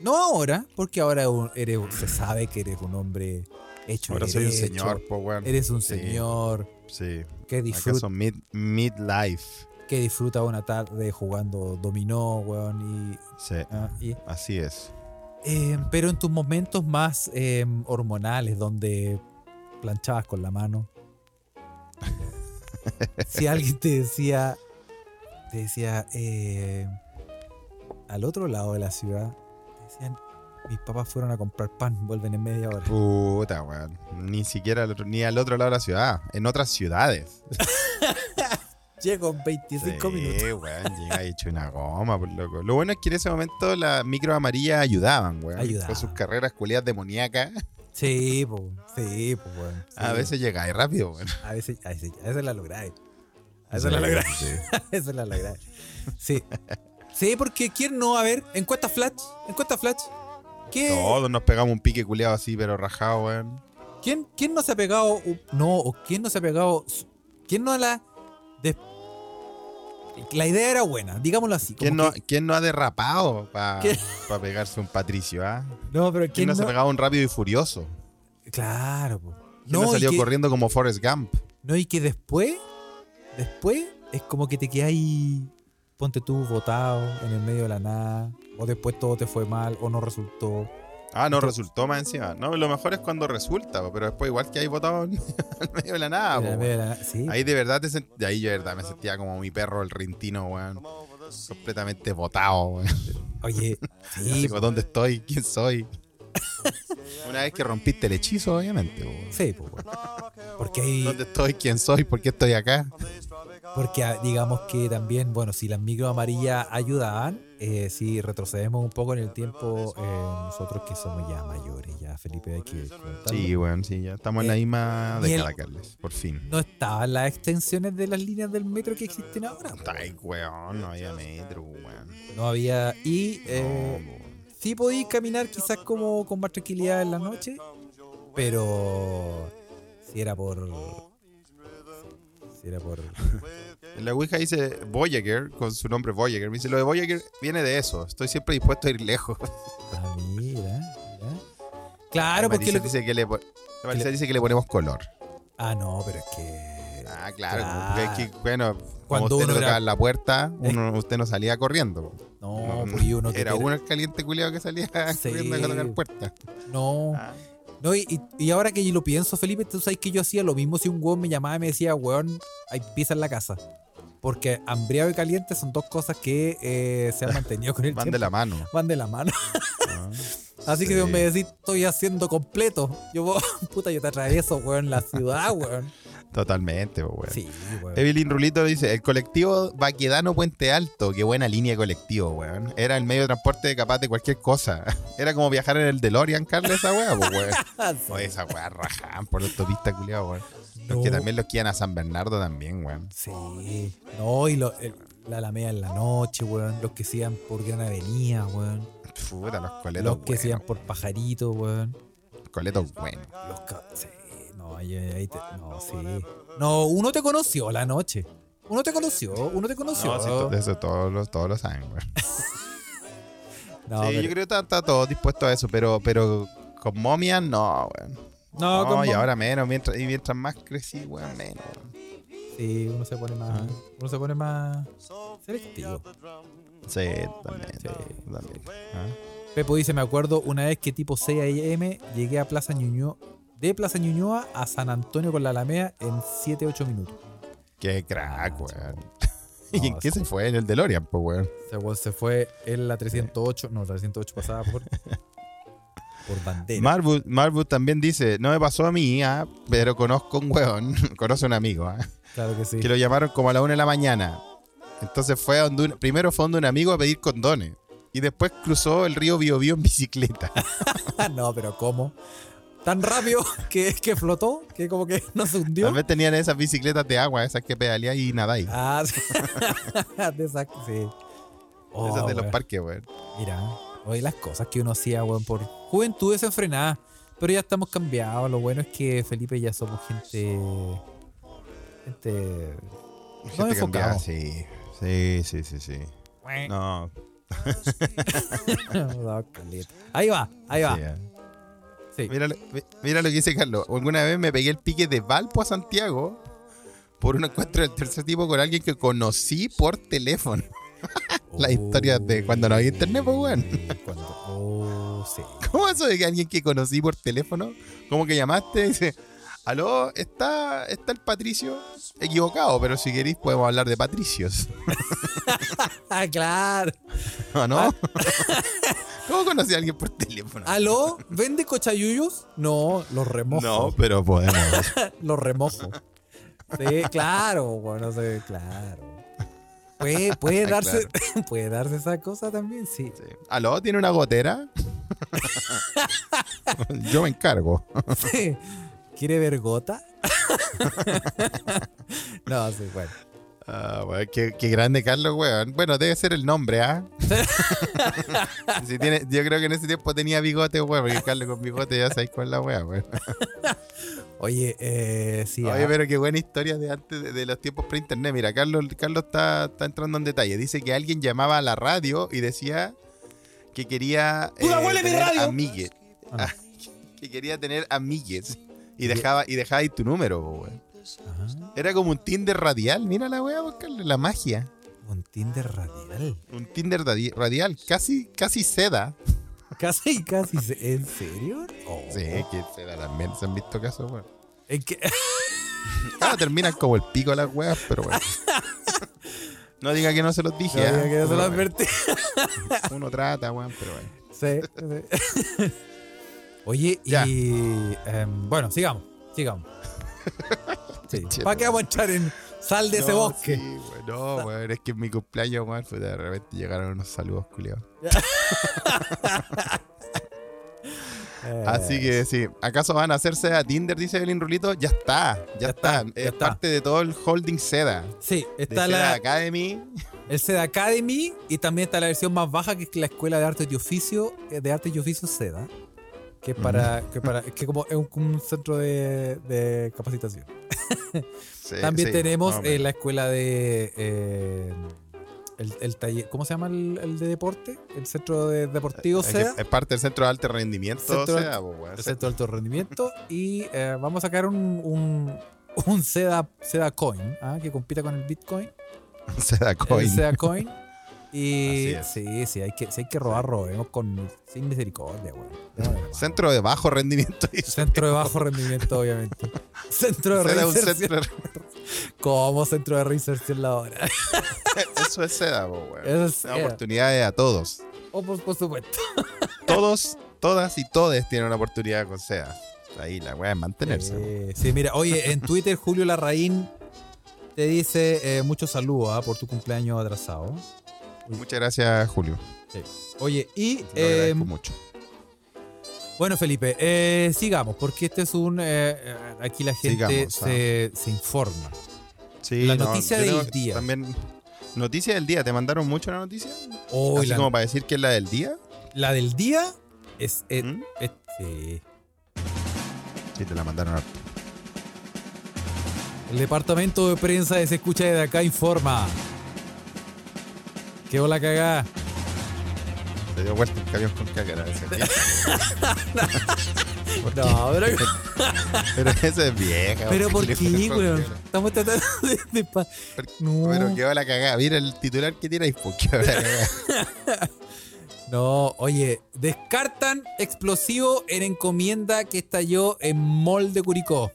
No ahora, porque ahora un- eres, un- se sabe que eres un hombre hecho. y
Ahora soy un
derecho.
señor, po, weón.
Eres un
Sí.
señor
Sí.
que
Acaso
disfruta,
mid, midlife.
que disfruta una tarde jugando dominó, weón. Y,
Sí,
ah, y-
así es.
eh, pero en tus momentos más eh, hormonales, donde planchabas con la mano. si alguien te decía, te decía, eh, al otro lado de la ciudad, te decían, mis papás fueron a comprar pan, vuelven en media hora.
Puta, weón. Ni siquiera al otro, ni al otro lado de la ciudad. En otras ciudades.
Llego en 25
sí,
minutos.
weón. Llega hecho una goma, por loco. Lo bueno es que en ese momento las micro amarillas ayudaban, weón.
Ayudaban.
Con sus carreras culiadas demoníacas.
Sí, po, sí, po, weón, sí.
A veces llegáis rápido, weón.
a veces, a veces, a veces la lográis. A veces la
Sí,
lográis.
sí.
Esa es la lograda. Sí. Sí, porque ¿quién no? A ver, encuesta Flash. Encuesta Flash. ¿Qué-
Todos nos pegamos un pique culeado así, pero rajado, weón.
¿quién, ¿Quién no se ha pegado? u- No, o ¿quién no se ha pegado? su- ¿Quién no la.? des- La idea era buena, digámoslo así. como
¿Quién no,
que-
¿Quién no ha derrapado para
¿Qué?
pegarse un Patricio, ah?
no, pero ¿quién,
¿Quién no se ha pegado un rápido y furioso?
Claro, po.
¿Quién no,
y
salió
que-
corriendo como Forrest Gump?
No, y que después, después es como que te quedáis, ponte tú botado en el medio de la nada, o después todo te fue mal, o no resultó.
Ah, no, resultó más encima. No, lo mejor es cuando resulta, po, pero después igual que hay botado en en medio de la nada,
En el
Ah, po,
medio
weón.
de la nada, sí.
Ahí de verdad, te sent- de ahí yo de verdad me sentía como mi perro, el rintino, weón. Completamente botado, weón.
Oye, sí,
Digo, ¿dónde estoy? ¿Quién soy? Una vez que rompiste el hechizo, obviamente, po, weón.
Sí, pues, bueno. porque hay,
¿Dónde estoy? ¿Quién soy? ¿Por qué estoy acá?
porque ah, digamos que también, bueno, si las micro amarillas ayudaban, eh, si retrocedemos un poco en el tiempo, eh, nosotros que somos ya mayores, ya Felipe, hay que comentarlo.
Sí, weón, sí, ya estamos en la
Eh,
misma
y el-
década, Carles, por fin.
No estaban las extensiones de las líneas del metro que existen ahora. po.
Ay, weón, no había metro, weón.
No había. Y
No,
eh,
weón.
sí podéis caminar quizás como con más tranquilidad en la noche, pero si era por. Si era por.
En la Ouija dice Voyager, con su nombre Voyager. Me dice, lo de Voyager viene de eso. Estoy siempre dispuesto a ir lejos.
Ah, mira, mira. Claro, porque
Marisa
lo que-
dice que le, po- Marisa
le-
dice que le ponemos color.
Ah, no, pero es que.
Ah, claro.
Claro.
porque es que, bueno, cuando
Cuando
usted
uno
no
era-
tocaba la puerta, uno, usted no salía corriendo.
No, pues y uno que
Era
tiene-
uno el caliente culiado que salía
Sí.
corriendo a tocar puerta.
No.
Ah.
No, y, y- y ahora que yo lo pienso, Felipe, tú sabes que yo hacía lo mismo si un weón me llamaba y me decía, weón, hay pizza en la casa. Porque hambriado y caliente son dos cosas que eh, se han mantenido con el
Van
tiempo.
de la mano.
Van de la mano.
Ah.
Así que
Sí.
Dios me decís, estoy haciendo completo. Yo, puedo- puta, yo te atravieso, weón, la ciudad, weón.
Totalmente, pues, weón.
Sí, weón.
Evelyn Rulito dice, el colectivo Baquedano Puente Alto, qué buena línea de colectivo, weón. Era el medio de transporte capaz de cualquier cosa. Era como viajar en el DeLorean, Carlos, esa weá, pues, weón.
Ah, sí.
O esa weá raján por la autopista culiado, weón. Los
No.
que también los quieran a San Bernardo también, weón.
Sí. No, y lo- el- la Alameda en la noche, weón. Los que se iban por Gran Avenida, weón.
Puta, los coletos
los que se iban
buenos.
por Pajarito, weón.
Coletos buenos.
Los ca- sí, no, ahí- ahí te- no, sí. No, uno te conoció la noche. Uno te conoció, uno te conoció.
No, sí, to- eso todos los, todos lo saben, weón.
No,
Sí,
pero-
yo creo que está, está todo dispuesto a eso, pero, pero con momia no, weón.
no,
No,
como-
y ahora menos, mientras, y mientras más crecí, weón, menos. weón.
Sí, uno se pone más.
Ah.
Uno se pone más. Selectivo.
Sí, también, sí,
Sí.
también. Ah.
Pepo dice: Me acuerdo una vez que tipo 6 a.m. llegué a Plaza Ñuñoa. De Plaza Ñuñoa a San Antonio con la Alameda en 7-8 minutos.
Qué crack, weón.
No,
¿Y en qué
sí.
se fue? En el DeLorean, pues, weón.
O sea, weón, se fue en la 308. No, la 308 pasaba por. por bandera.
Marwood, Marwood también dice, no me pasó a mí, ah, pero conozco un weón, conoce a un amigo, ah,
claro que sí.
que lo llamaron como a la una de la mañana. Entonces fue a donde un- primero fue a donde un amigo a pedir condones. Y después cruzó el río Biobío en bicicleta.
no, pero ¿cómo? Tan rápido que, que flotó, que como que no se hundió.
Tal vez tenían esas bicicletas de agua, esas que pedaleas y nadáis.
Ah, sí. de esa, sí. Oh,
esas de los
weón.
parques, weón.
Mira, hoy las cosas que uno hacía, weón, por juventud desenfrenada. Pero ya estamos cambiados. Lo bueno es que Felipe ya somos gente. Gente.
Gente cambiada,
enfocamos.
sí. Sí, sí, sí, sí.
Eh,
No,
No, caleta. ahí va, ahí va.
sí, ah.
Sí.
Mira, lo- mi- mira lo que dice Carlos. Alguna vez me pegué el pique de Valpo a Santiago por un encuentro del tercer tipo con alguien que conocí por teléfono. Las historias de cuando no había internet, pues, weón.
Cuando- Oh, sí.
¿Cómo eso de que alguien que conocí por teléfono? Como que llamaste y dice, aló, está, está el Patricio equivocado, pero si queréis podemos hablar de Patricios.
Ah, claro.
¿O no? ¿Cómo conocí a alguien por teléfono?
¿Aló? ¿Vende cochayuyos? No, los remojo.
No, pero podemos.
Los remojo. Sí, claro, bueno, sí, claro. Puede, puede
Ah,
darse, puede darse esa cosa también, sí.
Sí. ¿Aló? ¿Tiene una gotera? Yo me encargo.
Sí. ¿Quiere ver gota? no, sí, bueno.
Ah, weón, qué, qué grande Carlos, weón. Bueno, debe ser el nombre, ¿ah? Si tiene- yo creo que en ese tiempo tenía bigote, weón, porque Carlos con bigote ya sabéis cuál es la weá, weón.
Oye, eh, sí.
Oye,
ah,
pero qué buena historia de antes de, de los tiempos pre-internet. Mira, Carlos, Carlos está, está entrando en detalle. Dice que alguien llamaba a la radio y decía que quería eh,
¡Tú la hueles, mi
tener
radio!
amigues.
Ah.
que quería tener amigues. Y dejaba, y dejaba ahí tu número, po, weón.
ajá.
Era como un Tinder radial. Mira la weá, po, Carlos, la magia.
Un Tinder radial.
Un Tinder radi- radial, casi, casi seda.
Casi, casi. se- ¿En serio? Oh.
Sí, que seda también se han visto casos, weón.
Es que-
Ah, terminan como el pico las weas, pero bueno. No diga que no se los dije.
no
ah,
diga que no se
pero
lo
bueno.
advertí.
Uno trata, weón, pero bueno.
Sí, sí. Oye,
Ya.
y em, bueno, sigamos, sigamos. Sí.
Che,
¿Para qué vamos a entrar en sal de ese
No,
bosque?
sí, weón, no, weón, es que en mi cumpleaños, weón, puta, de repente llegaron unos saludos culiados.
Eh,
Así que sí, ¿acaso van a hacer seda Tinder? Dice Evelyn Rulito. Ya está, ya,
Ya
está.
está,
Es
ya está.
parte de todo el holding seda.
Sí,
De
está
Seda
la,
Academy.
el SEDA Academy y también está la versión más baja que es la Escuela de Artes y Oficio, eh, de Artes y Oficio SEDA, que es para, que para, que como es un, un centro de, de capacitación.
Sí,
También
sí,
tenemos
más o
eh,
menos.
la escuela de. eh, el, el taller. ¿Cómo se llama el, el de deporte? El centro de deportivo
Es que
SEDA.
Eh, es parte del centro de alto rendimiento.
Centro de-
seda, po, weón.
El centro de alto rendimiento. Y eh, vamos a sacar un, un, un SEDA, SEDA Coin ¿ah? que compita con el Bitcoin.
Seda
El
Coin.
SEDA Coin.
Así
Y
es.
sí, sí, hay que, si hay que robar, robemos con, sin misericordia, güey.
Centro de bajo rendimiento. dice.
Centro de bajo rendimiento, obviamente. Centro de
Seda es un
reinserción.
centro-
¿Cómo centro de reinserción la hora?
Eso es seda, po, weón.
Eso es
Da
seda.
oportunidades a todos.
Oh, por, por supuesto.
Todos, todas y todes tienen una oportunidad con seda. Ahí la weá es mantenerse. po.
Eh, sí, mira, oye, en Twitter Julio Larraín te dice eh, muchos saludos ah, por tu cumpleaños atrasado.
Muchas gracias, Julio.
Oye, y
Te lo agradezco
eh,
mucho.
bueno, Felipe, eh, sigamos, porque este es un. eh, eh, aquí la gente
Sigamos, ah.
se, se informa.
Sí,
la noticia
yo
del
creo que
día.
También, noticia del día. ¿Te mandaron mucho la noticia?
Hoy
Así
la,
como para decir que es la del día.
la del día es. eh,
¿Mm?
es- sí.
Sí, te la mandaron. harto.
El departamento de prensa de Se Escucha desde acá informa. Que hola cagá.
Sí, Le dio vuelta el camión con cácara. ese.
No, pero,
Pero esa es vieja.
pero ¿por
le
qué,
fue con
weón?
cácara.
Estamos tratando de... de pa- No.
Pero quedó la cagada. Mira el titular que tiene ahí. pues, quedó la cagada.
No, oye, descartan explosivo en encomienda que estalló en Mall de Curicó.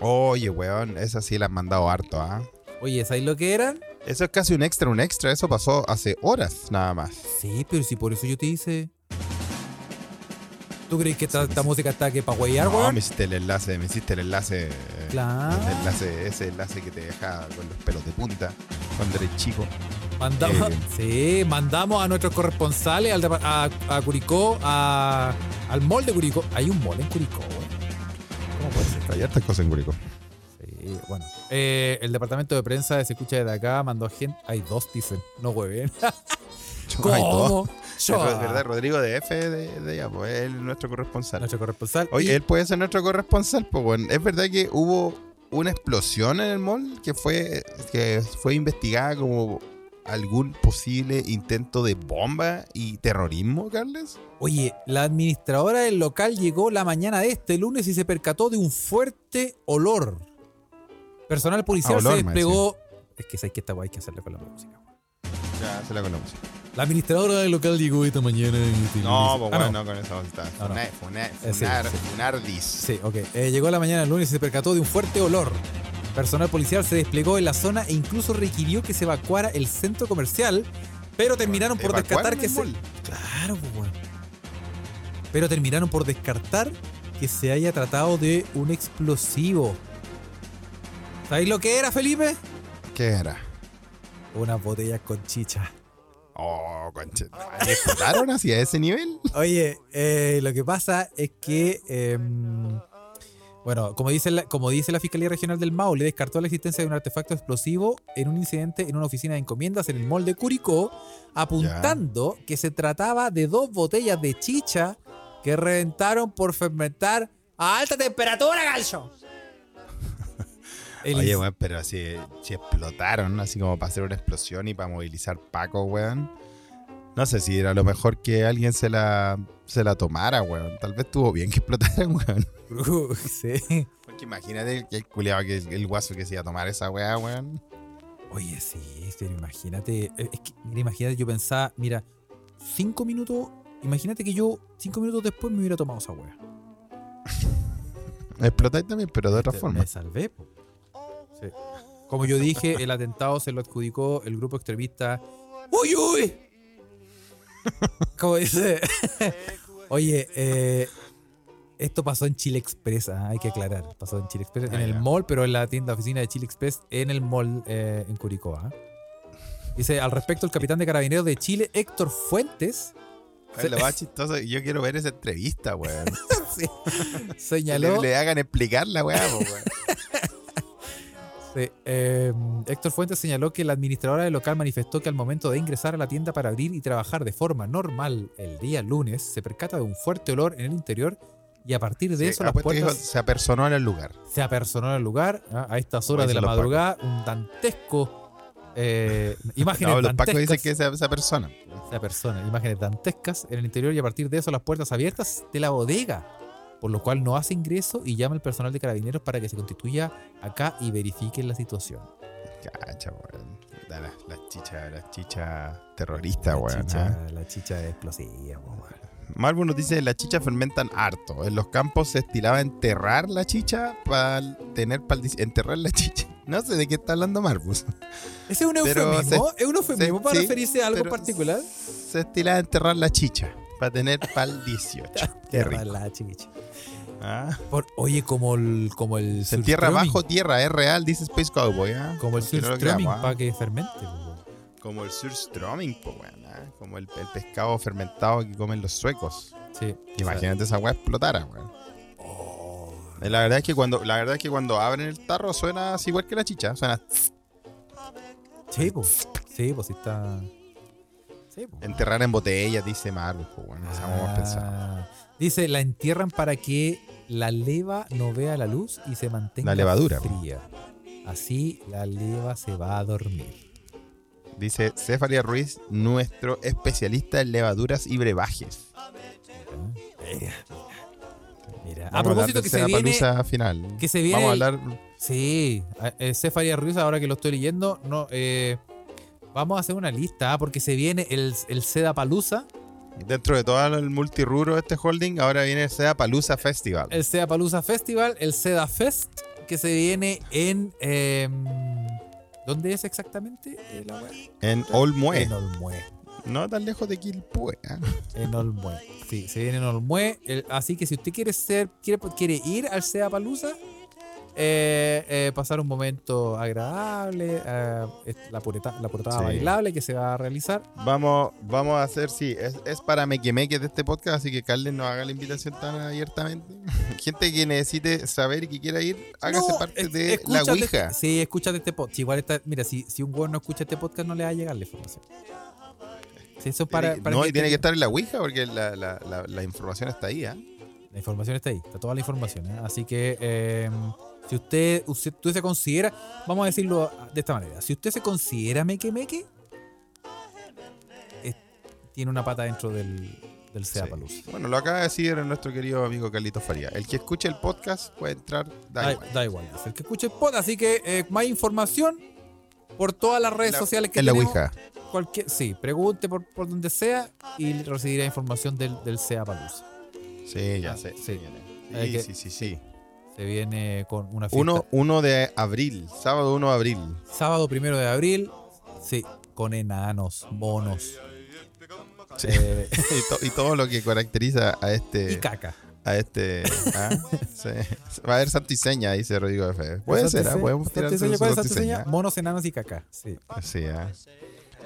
Oye, weón, esa sí la han mandado harto, ¿ah?
Oye, ¿sabes lo que eran?
Eso es casi un extra, un extra. Eso pasó hace horas nada más.
Sí, pero si por eso yo te hice. ¿Tú crees que esta, esta música está que para huellar,
No,
weón?
me hiciste el enlace, me hiciste el enlace. eh,
Claro.
el enlace, ese enlace que te dejaba con los pelos de punta cuando eres chico.
Mandamos,
Eh.
sí, mandamos a nuestros corresponsales al, depa- a, a Curicó, a- al mall de Curicó. Hay un mall en Curicó, weón. ¿Cómo puede ser?
Hay hartas cosas en Curicó.
Sí, bueno. Eh, el departamento de prensa de Se Escucha desde acá mandó gente. Hay dos, dicen. No hueven.
Hay dos.
¿Cómo? Yo-
Es verdad, Rodrigo de F de, de allá, pues él, nuestro corresponsal.
Nuestro corresponsal.
Oye,
y-
él puede ser nuestro corresponsal, pues bueno. Es verdad que hubo una explosión en el mall que fue, que fue investigada como algún posible intento de bomba y terrorismo, Carles.
Oye, la administradora del local llegó la mañana de este lunes y se percató de un fuerte olor. Personal policial
Ah, olor,
se
me
desplegó. Es que sabes que esta guay hay que hacerle con la música.
Ya, se la conocemos.
La administradora del local llegó esta mañana. y este
No,
lunes-
pues
Ah,
bueno, no. con eso está.
No, no.
Funar, funar,
Eh, sí,
funar,
sí.
funardis.
Sí, ok. Eh, llegó la mañana del lunes y se percató de un fuerte olor. Personal policial se desplegó en la zona e incluso requirió que se evacuara el centro comercial, pero terminaron por
Evacuaron
descartar que
el
se.
mall.
Claro, pues, weón. Pero terminaron por descartar que se haya tratado de un explosivo. ¿Sabéis lo que era, Felipe?
¿Qué era?
Unas botellas con chicha.
Oh, concheta. ¿Le explotaron así a ese nivel?
Oye, eh, lo que pasa es que, eh, bueno, como dice, la, como dice la Fiscalía Regional del Mao, le descartó la existencia de un artefacto explosivo en un incidente en una oficina de encomiendas en el mall de Curicó, apuntando que se trataba de dos botellas de chicha que reventaron por fermentar a alta temperatura, gallo. El
Oye,
inc-
weón, pero si, si explotaron, así como para hacer una explosión y para movilizar Paco, weón. No sé si era lo mejor que alguien se la, se la tomara, weón. Tal vez estuvo bien que explotaran, weón.
sí.
Porque imagínate el, el culiao que el guaso que se iba a tomar esa weá, weón.
Oye, sí, pero imagínate. eh, Es que, mira, imagínate, yo pensaba, mira, cinco minutos. Imagínate que yo cinco minutos después me hubiera tomado esa wea.
Explotáis también, pero de otra
Te-
forma.
Me salvé. po. Sí. Como yo dije, el atentado se lo adjudicó el grupo extremista. ¡Uy, uy! Como dice. Oye, eh, esto pasó en Chile Express, ah, hay que aclarar. Pasó en Chile Express,
Ah,
en el
ya.
mall, pero en la tienda oficina de Chile Express, en el mall eh, en Curicó. ah. Dice, al respecto, el capitán de carabineros de Chile, Héctor Fuentes,
Ay, lo más chistoso, yo quiero ver esa entrevista, weón. Que
señaló.
le, le hagan explicar la weá, po, weón.
Sí, eh, Héctor Fuentes señaló que la administradora del local manifestó que al momento de ingresar a la tienda para abrir y trabajar de forma normal el día lunes, se percata de un fuerte olor en el interior y a partir de
Sí,
eso las
apuesto que dijo,
puertas
se apersonó en el lugar.
se apersonó en el lugar ¿ah? a estas horas de la
dicen los
madrugada, un dantesco eh, imágenes
No, los Pacos dicen
dantescas
que esa, esa persona.
esa persona, imágenes dantescas en el interior y a partir de eso las puertas abiertas de la bodega, por lo cual no hace ingreso y llama al personal de carabineros para que se constituya acá y verifiquen la situación.
Cacha, weón. Da las la chichas, las chichas terroristas,
La
weón.
chicha-
¿ah?
La chicha es explosiva, pues, po, weón.
Malvo nos dice, las chichas fermentan harto. En los campos se estilaba enterrar la chicha para tener para enterrar la chicha. No sé de qué está hablando Malvus.
¿Ese es un
Pero
eufemismo? ¿Es un eufemismo
se-
para
sí,
referirse a algo en
pero
particular?
Se estilaba enterrar la chicha para tener pal 18. Qué
Tierra
rico.
la chicha.
¿ah?
Por- oye, como el. Como el
Se entierra
surströmming,
bajo tierra, es real, dice Space Cowboy. ¿ah?
Como el
Porque no lo
surströmming
creamos, ¿ah?
para que fermente, pues, po, weón.
Como el surströmming, po, weón, ¿ah? como el, el pescado fermentado que comen los suecos.
Sí.
Imagínate esa weá explotara, weón.
Oh.
Eh, La verdad es que cuando, la verdad es que cuando abren el tarro suena así igual que la chicha, suena
Sí, pues. Sí, pues si está. Sí, po.
enterrar en botella, dice Marvel, pues bueno, esa vamos a pensar.
Ah, Dice, la entierran para que la leva no vea la luz y se
pues.
mantenga
La levadura, po.
fría. Así la leva se va a dormir.
Dice Cefalia Ruiz, nuestro especialista en levaduras y brebajes.
Eh, Mira, a
Vamos hablar del
propósito que se viene...
Cenapalusa final.
que se viene
Vamos a
el-
hablar
Sí, a- eh, Cefalia Ruiz, ahora que lo estoy leyendo, no, eh, vamos a hacer una lista, ah, porque se viene el, el Seda Palusa,
dentro de todo el multirruro de este holding. Ahora viene el Sea Palusa Festival.
el Seda Palusa Festival, el Seda Fest, que se viene en... eh, ¿Dónde es exactamente? Eh, la wea?
En Olmue.
En Olmué.
No tan lejos de Quilpue. ¿eh?
En Olmué. Sí, se viene en Olmué. El- así que si usted quiere ser, quiere, quiere ir al Sea Palusa, eh, pasar un momento agradable, eh, es la pureta, la puretada
Sí.
bailable que se va a realizar.
Vamos, vamos a hacer, sí, es, es para mequemeque de este podcast, así que Carles nos haga la invitación tan abiertamente. Gente que necesite saber y que quiera ir, hágase
No,
parte
es-
de la
escúchate-
Ouija.
Sí, escúchate este podcast. igual está, mira, si, si un weón no escucha este podcast, no le va a llegar la información. Sí, eso es para,
Tiene que-
para
no,
que
y tiene que
esté-
estar en la Ouija porque la, la- la- la información está ahí, ¿ah?
La información está ahí, está toda la información. ¿eh? Así que eh, si usted, usted, usted se considera, vamos a decirlo de esta manera, si usted se considera meque meque, es- tiene una pata dentro del, del
Sí.
Seapalooza.
Bueno, lo acaba de decir nuestro querido amigo Carlitos Faría. El que escuche el podcast puede entrar, da
Da,
igual.
da igual, es el que escuche el pod. Así que eh, más información por todas las redes
En la-
sociales que
en la
tenemos.
Ouija.
cualquier, sí, pregunte por, por donde sea y recibirá información del, del SEA
Sí, ya
Ah,
sé.
sí.
señores.
Hay
Sí,
que-
sí, sí, sí.
Se viene con una fiesta.
1 de abril, sábado 1 de abril.
Sábado primero de abril, sí, con enanos, monos
Sí.
eh,
y, to- y todo lo que caracteriza a este...
y caca.
a este. ¿ah? Sí. Va a haber santiseña, dice Rodrigo F. Puede ser, ¿ah?
Santiseña-
podemos tirar
Santiseña, ¿cuál es Santiseña?
santiseña.
Monos, enanos y caca, sí.
Sí, ¿ah?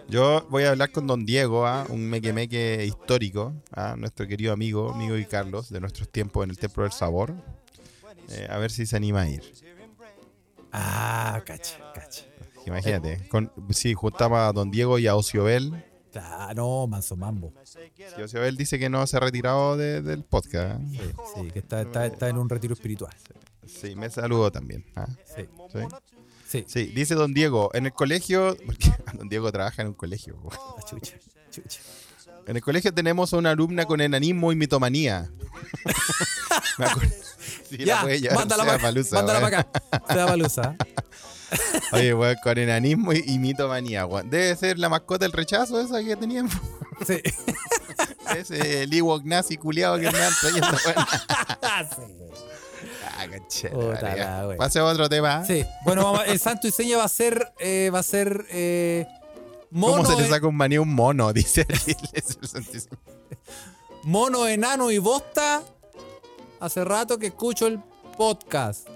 Yo voy a hablar con don Diego, ¿ah? un mequemeque histórico, ¿ah? nuestro querido amigo, amigo y Carlos, de nuestros tiempos en el Templo del Sabor. Eh, a ver si se anima a ir.
Ah, cacha, cacha.
Imagínate. Con, sí, juntamos a don Diego y a Ociobel.
Ah, no, manso mambo.
Sí, Ociobel dice que no se ha retirado de- del podcast. ¿ah?
Sí, sí, que está, está, está en un retiro espiritual.
Sí, me saludó también. ¿ah?
Sí,
Sí.
sí.
Sí, dice don Diego, en el colegio, porque don Diego trabaja en un colegio.
Ah, chucha, chucha.
En el colegio tenemos a una alumna con enanismo y mitomanía. Me acuerdo. Sí, la
ya,
puede llevar
mándala
pues, sea
para acá.
Palusa,
Mándala
weón.
para acá. Seapalusa.
Oye, weón, con enanismo y, y mitomanía, weón. Debe ser la mascota del rechazo esa que tenían.
Sí.
Ese el Ewok nazi culiado que andan trayendo, weón.
sí.
Ah, cachera,
Puta
vale, ya.
la wea.
Pase a otro tema. ¿ah?
Sí, bueno, vamos a- el santo diseño va a ser. eh, va a ser. eh,
¿Cómo
mono, eh.
se le
en-
saca un maní a un mono? Dice Ariel. Es el santísimo.
mono, enano y bosta. Hace rato que escucho el podcast.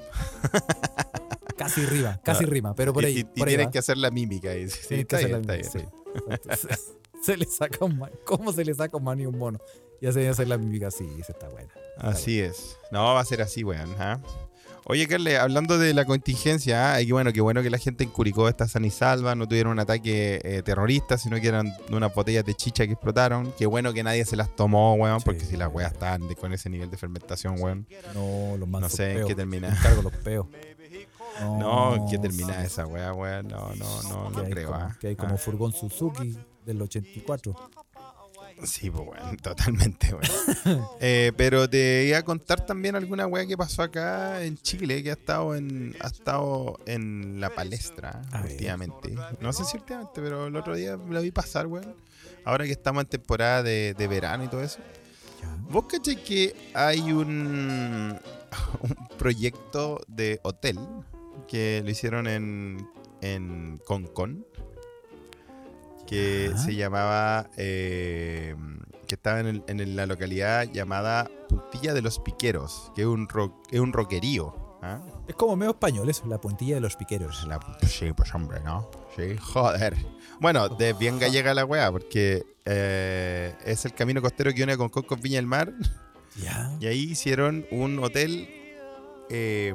Casi rima, casi
No,
rima, pero por
Ah, Y-
ahí.
y, y
por ahí
tienen
va.
que hacer la mímica. dice. Sí,
Tienen que
está
hacer
bien,
la
está bien.
misma, sí. Entonces, Se le saca un man- ¿Cómo se le saca un man y un mono? Ya se debe hacer la mímica así, esa está buena.
Así es. No, va a ser así, weón. ¿ah? Oye, Carle, hablando de la contingencia, ¿ah? y bueno, qué bueno que la gente en Curicó está sana y salva, no tuvieron un ataque eh, terrorista, sino que eran unas botellas de chicha que explotaron. Qué bueno que nadie se las tomó, weón, porque
Sí.
si las weas están de- con ese nivel de fermentación, weón.
No, los mansos
No sé en
peos.
qué termina.
Encargo los peos.
No, ¿en qué
sí.
termina esa wea, weón? No, no, no,
que
no
hay,
creo,
como,
¿ah?
que hay como
Ah,
furgón Suzuki del 84.
Sí, pues, weón, totalmente, weón. Eh, pero te iba a contar también alguna wea que pasó acá en Chile, que ha estado en, ha estado en la palestra
A ver.
últimamente. No sé si últimamente, pero el otro día la vi pasar, weón. Ahora que estamos en temporada de, de verano y todo eso. ¿Vos caché que hay un, un proyecto de hotel que lo hicieron en, en Concon? Que
Ya.
se llamaba. eh, que estaba en, el- en la localidad llamada Puntilla de los Piqueros, que es un, ro- es un roquerío. ¿ah?
Es como medio español eso, la puntilla de los piqueros.
La- sí, pues hombre, ¿no? Sí, joder. Bueno, de bien gallega la weá, porque eh, es el camino costero que une con Concon Viña del Mar.
Ya.
Y ahí hicieron un hotel eh,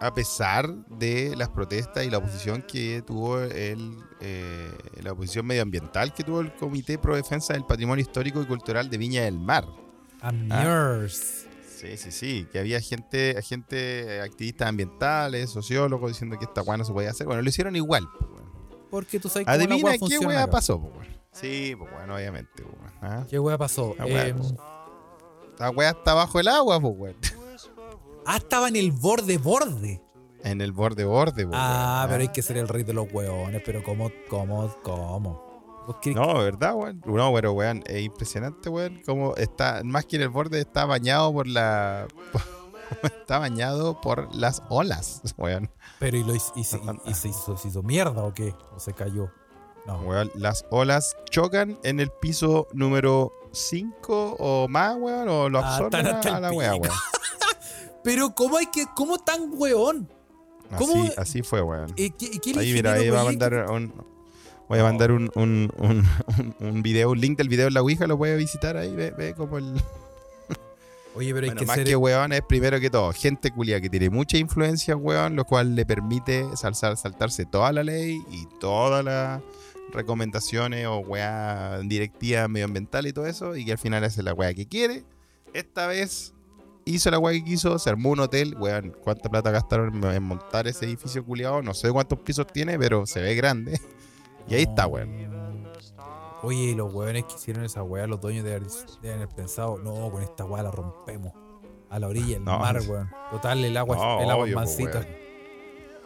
a pesar de las protestas y la oposición que tuvo el, eh, la oposición medioambiental que tuvo el Comité Pro Defensa del Patrimonio Histórico y Cultural de Viña del Mar.
Amiers.
Sí, sí, sí, que había gente, gente eh, activistas ambientales, sociólogos diciendo que esta guana se podía hacer. Bueno, lo hicieron igual. pues, weón.
Porque tú sabes cómo la
Adivina
weá
qué
funciona.
wea
weón.
pasó, po, weón. Sí, pues bueno, obviamente, po, weón. ¿Ah?
¿Qué weá pasó?
La weá,
Eh,
po. La wea está bajo el agua, pues weón.
ah, estaba en el borde, borde.
En el borde borde, po,
Ah, pero
weón.
hay que ser el rey de los hueones, pero ¿cómo, cómo, cómo? ¿Vos querés-
No, ¿verdad, weón? No, pero weón, es impresionante, weón. Como está, más que en el borde, está bañado por la. está bañado por las olas, weón.
Pero ¿y, lo, hizo- y se- y- y se hizo, se hizo mierda o qué? ¿O se cayó? No.
Weón, las olas chocan en el piso número 5 o más, weón, o lo
Ah,
absorben
están hasta
a,
el
a la weá,
pico.
weón.
Pero ¿cómo hay que, cómo tan hueón? ¿Cómo?
Así, así fue, weón.
¿Y qué, y qué el
Ahí, mira,
ingeniero
ahí va a
Goyet-
mandar un. Voy a mandar un, un, un, un- un video, un link del video en la Ouija, lo voy a visitar ahí, ve, ve como el.
Oye, pero hay
Bueno,
que
más
ser...
que weón es primero que todo, gente culia que tiene mucha influencia, weón, lo cual le permite salzar- saltarse toda la ley y todas las recomendaciones o weá directiva medioambiental y todo eso, y que al final hace la weá que quiere. Esta vez hizo la weá que quiso, se armó un hotel, weón, cuánta plata gastaron en- en montar ese edificio culiado, no sé cuántos pisos tiene, pero se ve grande. Y ahí está,
Oh.
weón.
Oye, y los hueones que hicieron esa hueá, los dueños deben haber, deben haber pensado, no, con esta hueá la rompemos. A la orilla del
No.
mar, weón. Total, el agua,
No,
el agua es
obvio, po,
mansita.
weón.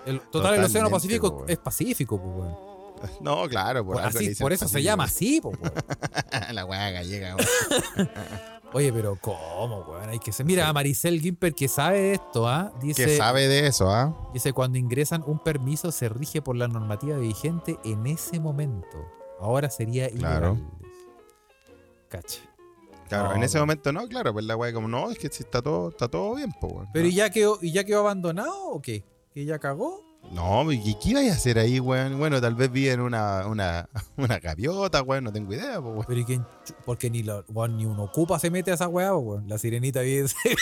El, total, el océano
Totalmente,
Pacífico
po, weón.
es Pacífico, pues, weón.
No, claro, por,
Por,
algo
así-
le dicen
por eso se
Pacífico.
llama así, pues, weón.
la weá gallega, weón.
Oye, pero ¿cómo, weón? Hay que ser. Mira, a Maricel Gimper que sabe de esto, ¿ah?
Que
Dice,
sabe de eso, ¿ah?
dice, cuando ingresan un permiso se rige por la normativa vigente en ese momento. Ahora sería
Claro.
ilegal. Cacha.
Claro,
No,
en ese
pero-
momento no, claro, pues la weá como no, es que si está todo, está todo bien, pues weón.
Pero ¿y ya quedó, y ya quedó abandonado o qué? ¿Que ya cagó?
No, pues, ¿y qué ibas a hacer ahí, weón? Bueno, tal vez vi en una, una, una gaviota, weón, no tengo idea, pues weón.
Pero ¿y quién? chu- Porque ni, la, weón, ni uno ocupa se mete a esa weá, po, weón. La sirenita vive en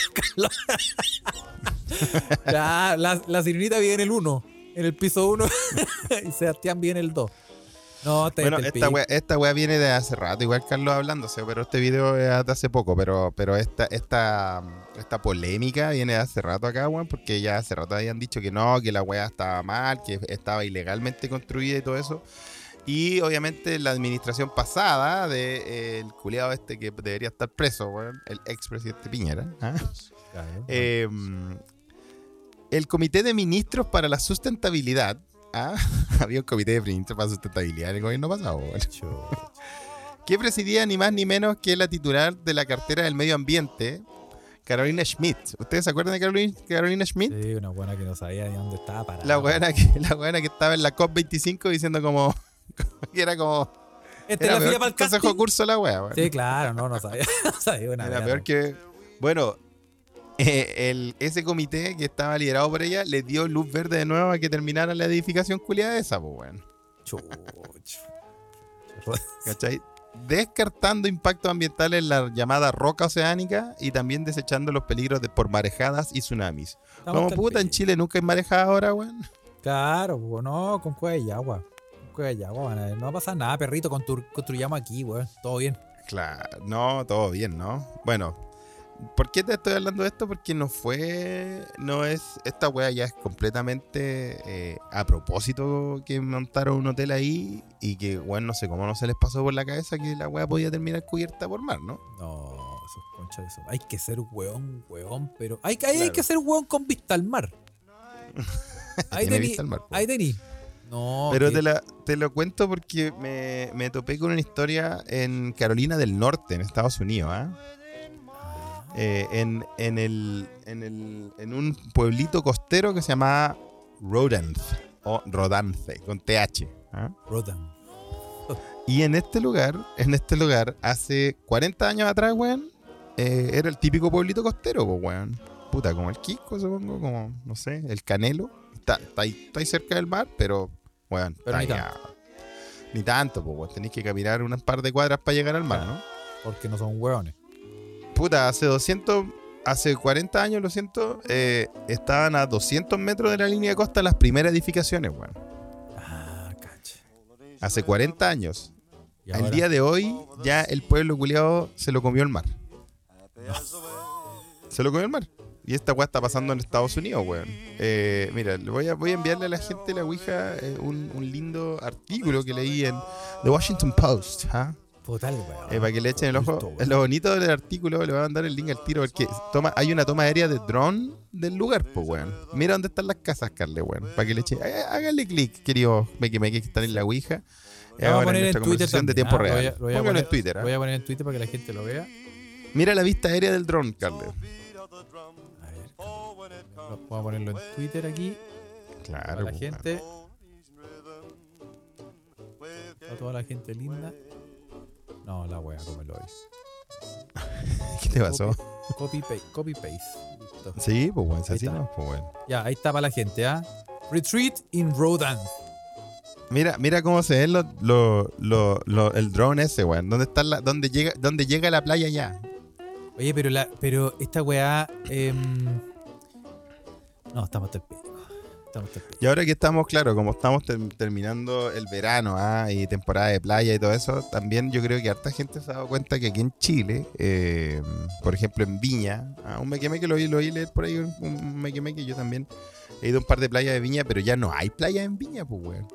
la, la, la sirenita vive en el 1, en el piso 1. y Sebastián vive en el 2. No, te
Bueno,
te el
esta
pi-
weá, esta weá viene de hace rato, igual Carlos hablándose, pero este video es de hace poco, pero, pero esta, esta, esta polémica viene de hace rato acá, weón, porque ya hace rato habían dicho que no, que la weá estaba mal, que estaba ilegalmente construida y todo eso. Y obviamente la administración pasada del culiado este que debería estar preso, weón, el expresidente Piñera. ¿ah?
Claro.
Eh, el Comité de Ministros para la Sustentabilidad. ¿ah? Había un comité de ministros para sustentabilidad en el gobierno pasado, weón, que presidía ni más ni menos que la titular de la cartera del medio ambiente, Carolina Schmidt. ¿Ustedes se acuerdan de Carolina, Carolina Schmidt?
Sí, una buena que no sabía ni dónde estaba parada.
La buena que, la buena que estaba en la COP25 diciendo como que era como
Esta es
era
la fila
peor
para
que
el
el consejo
casting.
curso la wea, weón.
Sí, claro, no, no sabía. No sabía una
Era
wea,
peor
no.
que. Bueno, eh, el, ese comité que estaba liderado por ella le dio luz verde de nuevo a que terminara la edificación culiada esa, pues, weón.
Chu, chu.
¿Cachai? Descartando impactos ambientales en la llamada roca oceánica y también desechando los peligros de, por marejadas y tsunamis.
Estamos
Como
hasta el
puta, en
pi.
Chile nunca hay marejada ahora, weón.
Claro, po, no, con cueva y agua. Con cueva y agua, van a ver. eh, No va a pasar nada, perrito. constru- construyamos aquí, weón. Todo bien.
Claro, no, todo bien, ¿no? Bueno, ¿por qué te estoy hablando de esto? Porque no fue, no es, esta wea ya es completamente eh, a propósito que montaron un hotel ahí y que, bueno, no sé cómo no se les pasó por la cabeza que la wea podía terminar cubierta por mar, ¿no?
No, esos conchas de eso. Hay que ser weón, weón, pero. Hay, que- hay
Claro.
que ser weón con vista al mar. ahí
Tiene
tení.
vista al mar, po.
Ahí tení. No,
Pero
que-
te, la- te lo cuento porque me, me topé con una historia en Carolina del Norte, en Estados Unidos, ¿ah?
Ah.
Eh, en, en, el, en, el, en un pueblito costero que se llamaba Rodance, o Rodance, con TH. ¿ah?
Rotan.
Y en este lugar, en este lugar, hace 40 años atrás, weón, eh, era el típico pueblito costero, pues, weón. Puta, como el Quisco, supongo, como, no sé, el Canelo. Está, está ahí, está ahí cerca del mar, pero, weón,
Pero
está
ni
ahí a- Ni tanto, pues, weón. Tenéis que caminar unas par de cuadras para llegar al mar, ¿no?
Porque no son weones.
Puta, hace 200, hace 40 años, lo siento, eh, estaban a 200 metros de la línea de costa las primeras edificaciones, weón.
Ah, cacha.
Hace 40 años.
Y
Al
ahora-
día de hoy, ya el pueblo culiado se lo comió el mar. Se lo comió el mar. Y esta weá está pasando en Estados Unidos, weón. Eh, mira, le voy a, voy a enviarle a la gente de la Ouija eh, un, un lindo artículo que leí en The Washington Post, ¿ah?
Total, weón.
Eh, para que le echen el ojo.
Culto, weón.
Lo bonito del artículo, le van a dar el link al tiro, porque toma, hay una toma aérea de drone del lugar, pues, weón. Mira dónde están las casas, Carle, weón. Para que le echen. há- Hágale clic, querido Meque Meque, que están en la Ouija. Y
Lo voy a
ahora
poner
nuestra
en Twitter
conversación de
también,
tiempo
ah, lo voy a-
real.
lo voy a
Póngalo
poner-
en Twitter, ¿ah?
Voy a poner en Twitter para que la gente lo vea.
Mira la vista aérea del drone, Carle.
A ver, lo- voy a ponerlo en Twitter aquí
Claro,
para la
pues,
gente. A toda la gente linda. No, la wea, como lo veis.
weón. ¿Qué te pasó?
Copy, paste. Copy paste. Listo.
Sí, pues, weón.
Ahí
Así
está.
no, pues, weón.
Ya, ahí está para la gente, ¿ah? Retreat in Rodan.
Mira, mira cómo se ve lo, lo- lo- lo- el drone ese, weón. ¿Dónde, está la, dónde, llega, ¿Dónde llega la playa ya?
Oye, pero la, pero esta weá. em, no, estamos hasta el pico. Estamos hasta el pico.
Y ahora que estamos, claro, como estamos ter- terminando el verano ah, y temporada de playa y todo eso, también yo creo que harta gente se ha dado cuenta que aquí en Chile, eh, por ejemplo en Viña, ah, un mequemeque lo oí, lo oí leer por ahí, un- un mequemeque, yo también he ido a un par de playas de Viña, pero ya no hay playas en Viña, pues, weón.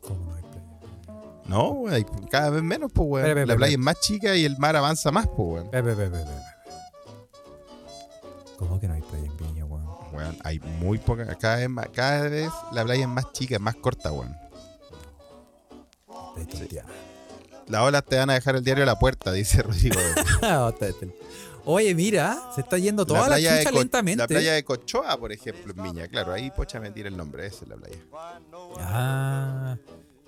¿Cómo no hay playa?
No, weón, hay cada vez menos, pues, weón.
Espera, espera,
la playa
espera.
es más chica y el mar avanza más, pues, weón.
Ve, ve, ve, ve, ve, ve. ¿Cómo que no hay playa en Viña, weón?
Weón, hay muy poca, cada vez, más- cada vez la playa es más chica, es más corta, weón.
Está tonteada.
Las olas te van a dejar el diario a la puesta, dice Rodrigo.
Está tonteada. Oye, mira, se está yendo toda la,
playa de
chucha
Co-
lentamente.
La playa de Cochoa, por ejemplo, en Viña. Claro, ahí pocha me tira el nombre, esa es la playa.
Ah,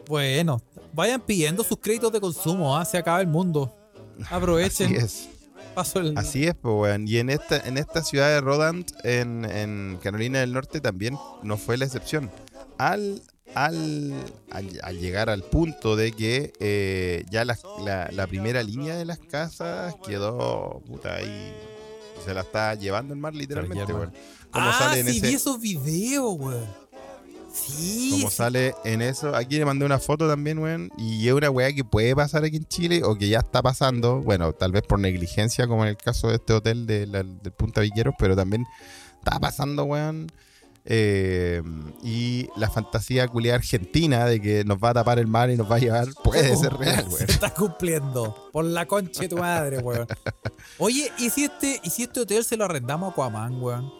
bueno, vayan pidiendo sus créditos de consumo, ¿ah? se acaba el mundo.
Así
Aprovechen.
es,
Paso el-
así es, pues, weón. Y en esta, en esta ciudad de Rodant, en, en Carolina del Norte, también no fue la excepción. Al, al, al, al llegar al punto de que eh, ya las- la, la primera línea de las casas quedó, puta, ahí se la está llevando el mar literalmente,
lleva.
weón. Como
Ah,
sale en
sí,
ese-
vi esos videos, weón. Sí.
Como
sí.
sale en eso. Aquí le mandé una foto también, weón. Y es una weá que puede pasar aquí en Chile o que ya está pasando. Bueno, tal vez por negligencia, como en el caso de este hotel de la- del Punta Villeros, pero también está pasando, weón. Eh, y la fantasía culia argentina de que nos va a tapar el mar y nos va a llevar
Oh.
puede ser real,
Se
weón.
está cumpliendo. Por la concha de tu madre, weón. Oye, ¿y si este, y si este hotel se lo arrendamos a Aquaman, weón?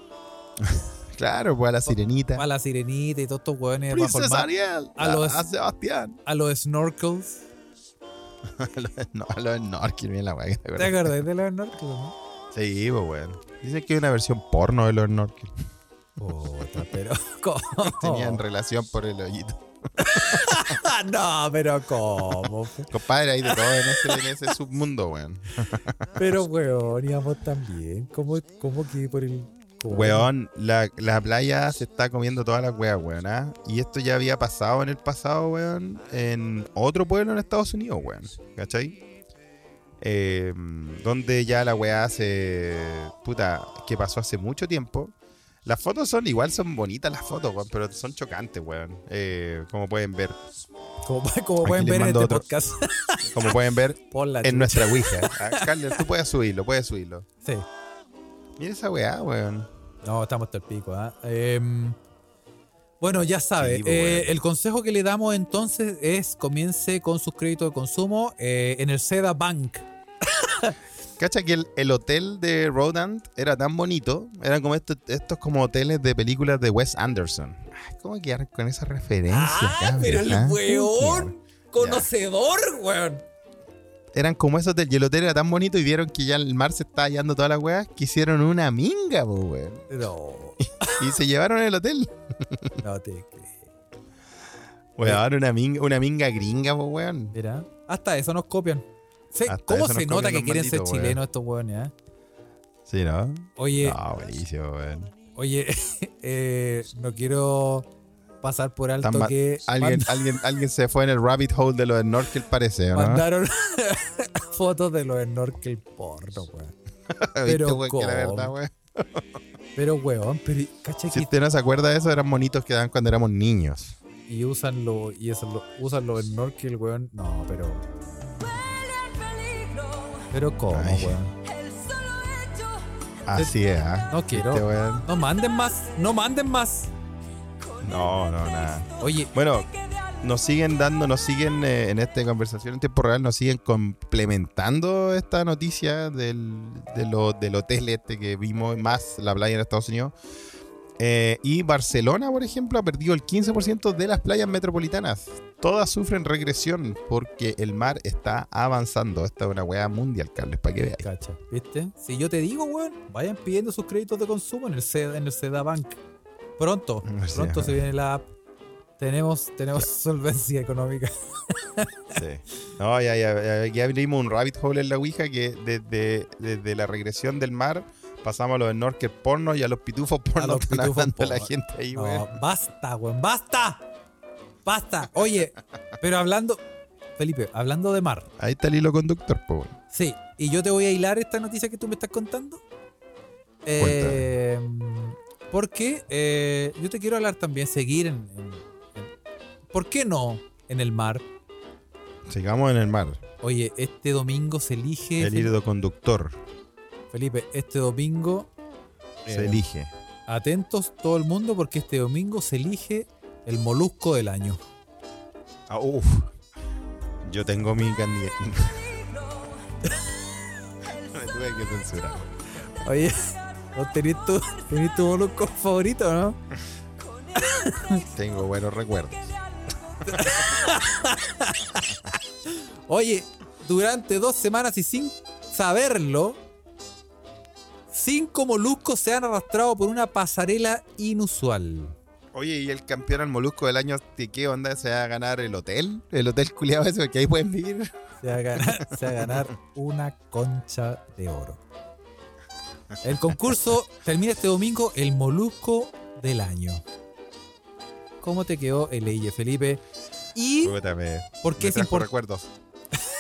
Claro, pues a la sirenita.
A la sirenita y todos estos weones bajo el
Princesa
mar.
Ariel,
A
a,
los-
a Sebastián.
A los snorkels.
No, a los snorkel, bien la weá que te
¿Te
acuerdas.
acordás de los snorkels, no?
Sí, pues, weón. Dicen que hay una versión porno de los snorkel.
Puta, pero ¿cómo?
Tenían relación por el hoyito.
Ah, no, pero ¿cómo?
Compadre, hay de todo en ese, en ese submundo, weón.
Pero, weón, íbamos también. ¿Cómo, cómo que por el. cómo?
Weón, la, la playa se está comiendo todas las weas, weón. ¿ah? Y esto ya había pasado en el pasado, weón, en otro pueblo en Estados Unidos, weón. ¿Cachai? Eh, donde ya la wea hace. Puta, que pasó hace mucho tiempo. Las fotos son igual, son bonitas las fotos, weón, pero son chocantes, weón. Eh, como pueden ver.
Como, como
Aquí
pueden
les
ver en este
mando otro.
podcast.
Como pueden ver
Por la
en
chucha.
nuestra Ouija. Ah, Carlos, tú puedes subirlo, puedes subirlo.
Sí.
Mira esa weá, weón.
No, estamos hasta el pico. ¿ah? Em, bueno, ya sabe.
Sí, pues,
eh,
bueno.
El consejo que le damos entonces es comience con sus créditos de consumo eh, en el Seda Bank.
Cacha que el, el hotel de Rodant era tan bonito. Eran como estos, estos como hoteles de películas de Wes Anderson. Ay, ¿Cómo quedar con esa referencia?
ah,
cabros,
pero el
ah?
weón.
¿Cómo
Conocedor, weón.
quedaron? Eran como esos del y el hotel era tan bonito y vieron que ya el mar se estaba hallando todas las weas que hicieron una minga, po, weón.
No,
Y se llevaron el hotel.
Eh. no te crees.
Weón, una minga, una minga gringa, po, weón.
Mira, hasta eso nos copian. Se-
Hasta
¿Cómo
eso
se
nos
nota
copian
que
los
quieren ser
malditos, weón.
chilenos estos weones? eh?
Sí, ¿no?
Oye,
No, buenísimo, weón.
oye, eh, no quiero pasar por alto
Tan ma-
que
Alguien, alguien, alguien se fue en el rabbit hole de lo de Norkel, parece, ¿o ¿no?
Mandaron fotos de los snorkel porno, weón.
¿Viste,
pero
weón, que la
¿cómo?
verdad, weón?
Pero, weón, pero, cacha
Si
que
usted no se acuerda de eso, eran monitos que daban cuando éramos niños.
y usan lo, y eso lo, usan los snorkel, weón. No, pero. Pero cómo,
Ay.
weón.
El solo hecho
Así es. ¿ah?
No quiero.
Este weón-
No manden más, no manden más.
No, no, nada.
Oye,
Bueno, nos siguen dando, nos siguen eh, en esta conversación en tiempo real, nos siguen complementando esta noticia del, de lo- del hotel este que vimos, más la playa en Estados Unidos. Eh, y Barcelona, por ejemplo, ha perdido el 15% de las playas metropolitanas. Todas sufren regresión porque el mar está avanzando. Esta es una weá mundial, Carlos, para que veáis.
cacha, ¿viste? Si yo te digo, weón, vayan pidiendo sus créditos de consumo en el Seda, en el Seda Bank. Pronto,
O sea,
pronto se viene la app. Tenemos, tenemos solvencia económica.
Sí. No, ya, ya, ya, ya abrimos un rabbit hole en la Ouija que desde, desde la regresión del mar pasamos a los snorkel porno y a los pitufos porno.
los
Están
pitufos
hablando la
porno.
gente ahí,
No,
weón.
basta, weón, basta. Basta. Oye, pero hablando, Felipe, hablando de mar.
Ahí está el hilo conductor, po, weón.
Sí, y yo te voy a hilar esta noticia que tú me estás contando. Eh, porque eh, yo te quiero hablar también, seguir en, en- en- ¿Por qué no en el mar?
Sigamos en el mar.
Oye, este domingo se elige...
El hilo conductor
Felipe, este domingo...
se
eh,
elige.
Atentos todo el mundo porque este domingo se elige el molusco del año.
Ah, uf. Yo tengo mi candidato. Me tuve que censurar.
Oye, ¿vos tenés tu, tenés tu molusco favorito, no?
Tengo buenos recuerdos.
Oye, durante dos semanas y sin saberlo, cinco moluscos se han arrastrado por una pasarela inusual.
Oye, ¿y el campeón al molusco del año de qué onda se va a ganar el hotel? ¿El hotel culiado ese? Porque ahí pueden vivir.
Se va a ganar, se va a ganar una concha de oro. El concurso termina este domingo el molusco del año. ¿Cómo te quedó el EIE, Felipe? ¿Y
Puta, me-
por qué
me
es
trajo
importante?
recuerdos.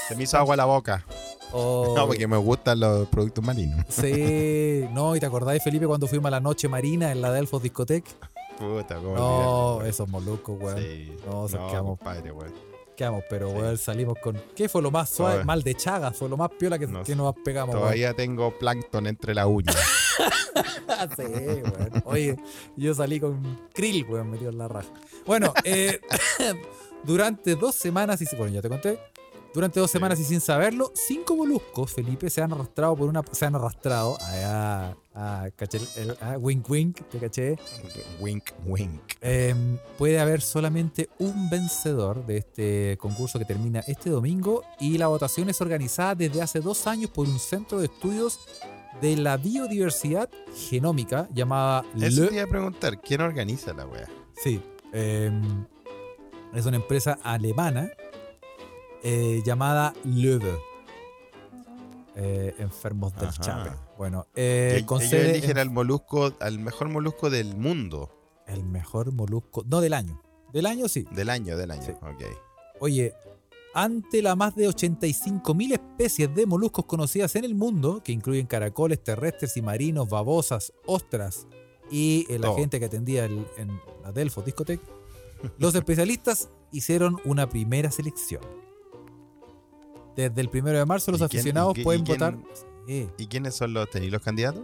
Se me hizo agua la boca. No, porque me gustan los productos marinos.
Oh, Sí, no, y te acordáis, Felipe, cuando fuimos a la noche marina en la Delfos Discotec.
Ah, Puta, cómo
No,
olvidarlo,
esos moluscos,
weón.
weón.
Sí.
No, se quedamos-
compadre, weón.
Quedamos, pero
Sí.
weón, salimos con. ¿Qué fue lo más suave?
Todavía-
Mal de chagas, fue lo más piola que,
No
que
sé.
nos pegamos, weón.
Todavía tengo plancton entre las uñas.
Sí, weón. Oye, yo salí con krill, weón, metido en la raja. Bueno, eh, durante dos semanas y bueno, ya te conté. Durante dos semanas y sin saberlo, cinco moluscos, Felipe, se han arrastrado por una. Se han arrastrado. Ah, ah, ah, caché el- el- ah, wink wink, te caché.
wink, wink.
Eh, puede haber solamente un vencedor de este concurso que termina este domingo y la votación es organizada desde hace dos años por un centro de estudios de la biodiversidad genómica llamada
Eso
Le-
te iba a preguntar, ¿quién organiza la weá?
Sí, eh, es una empresa alemana eh, llamada Löwe. Eh, enfermos del
Ajá.
Chape. Bueno, eh,
Que
con
ellos
sede
eligen
en-
al molusco, al mejor molusco del mundo,
el mejor molusco, no del año, del año sí,
del año, del año.
Sí.
Ok.
Oye, ante la más de 85.000 especies de moluscos conocidas en el mundo, que incluyen caracoles terrestres y marinos, babosas, ostras y eh, la
Todo.
gente que atendía el- en la Delfos Discotec, los especialistas hicieron una primera selección. Desde el primero de marzo los
¿Y quién-
aficionados
y qué- y
pueden
quién-
votar. Sí,
¿Y quiénes son los, tenéis los candidatos?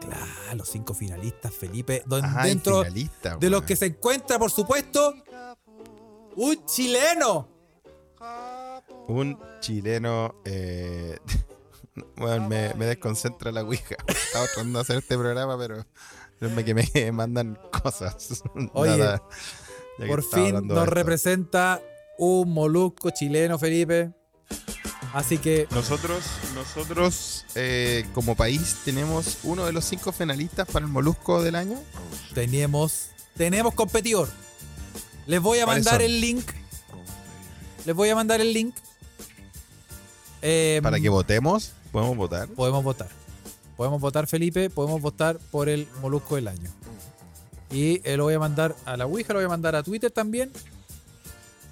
claro, los cinco finalistas, Felipe. don-
Ajá, Ah, el
dentro
finalista,
de los
weón.
que se encuentra, por supuesto, un chileno.
Un chileno. Eh, bueno, me, me desconcentra la Ouija. Estaba tratando de hacer este programa, pero me que me mandan cosas.
Oye,
Nada, ya que
Por
estaba
fin
hablando
nos
de esto.
representa un molusco chileno, Felipe. Así que,
Nosotros, nosotros eh, como país tenemos uno de los cinco finalistas para el molusco del año.
tenemos, tenemos competidor. Les voy a
¿Cuáles
mandar
son?
el link. Les voy a mandar el link. Em,
Para que votemos, podemos votar.
podemos votar. Podemos votar, Felipe. Podemos votar por el molusco del año. Y eh, lo voy a mandar a la Ouija, lo voy a mandar a Twitter también.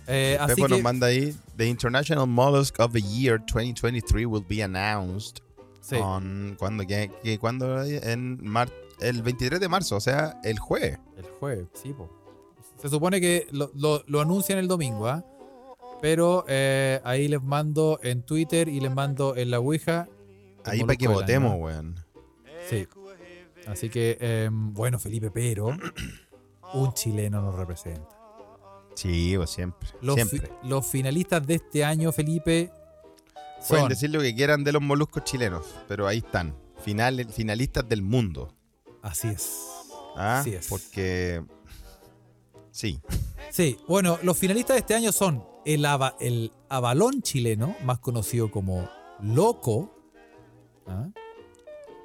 Eh, así
Pepo
que,
nos manda ahí: The International Mollusk of the Year 2023 will be announced
sí.
con- ¿Cuándo? ¿Qué- qué- cuándo? En mar- el 23 de marzo, o sea, el jueves.
El jueves, sí, po. Se supone que lo, lo- lo anuncian el domingo, ¿ah? Pero eh, ahí les mando en Twitter y les mando en la Ouija. el
Ahí
molusco
para que
del
votemos,
año.
weón.
Sí. Así que, em, bueno, Felipe, pero un chileno nos representa.
Sí, pues siempre.
Los, fi-
siempre.
los finalistas de este año, Felipe,
Pueden
son
decir lo que quieran de los moluscos chilenos, pero ahí están. Final, finalistas del mundo.
Así es.
¿ah?
Así es.
Porque. Sí.
Sí, bueno, los finalistas de este año son el, ava- el avalón chileno, más conocido como Loco. ¿ah?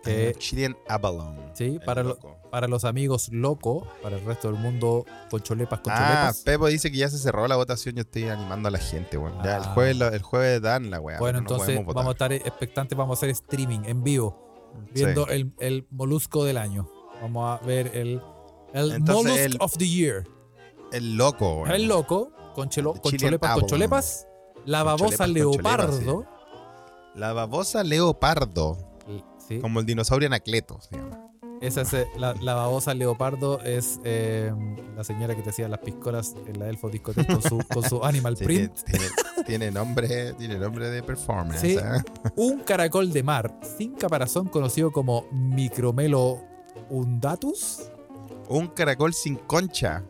Que,
Chilean Avalon.
sí,
El
para, lo-
loco.
para los amigos Loco, para el resto del mundo, con cholepas, con
Ah,
cholepas.
Pepo dice que ya se cerró la votación. Yo estoy animando a la gente, weón. Ya, el
Ah.
jueves, la- el jueves dan la weá.
Bueno,
no
entonces
podemos votar.
vamos a estar expectantes, vamos a hacer streaming en vivo,
Sí.
viendo el, el molusco del año. Vamos a ver el, el
Entonces,
mollusk
el-
of the year.
El loco, weón.
El loco, con, chelo-
The
con
Chilean
cholepas, con
Abalone.
cholepas. La
Con
babosa
cholepas, con cholepas,
leopardo.
La babosa leopardo.
Sí.
Como el dinosaurio Anacleto. se llama.
Esa es eh, la, la babosa leopardo, es eh, la señora que te hacía las piscolas en la Elfo Discoteca con su, con su animal
Sí,
print.
tiene, tiene- tiene nombre, tiene nombre de performance.
Sí.
¿ah?
Un caracol de mar sin caparazón conocido como Micromelo undatus.
Un caracol sin concha.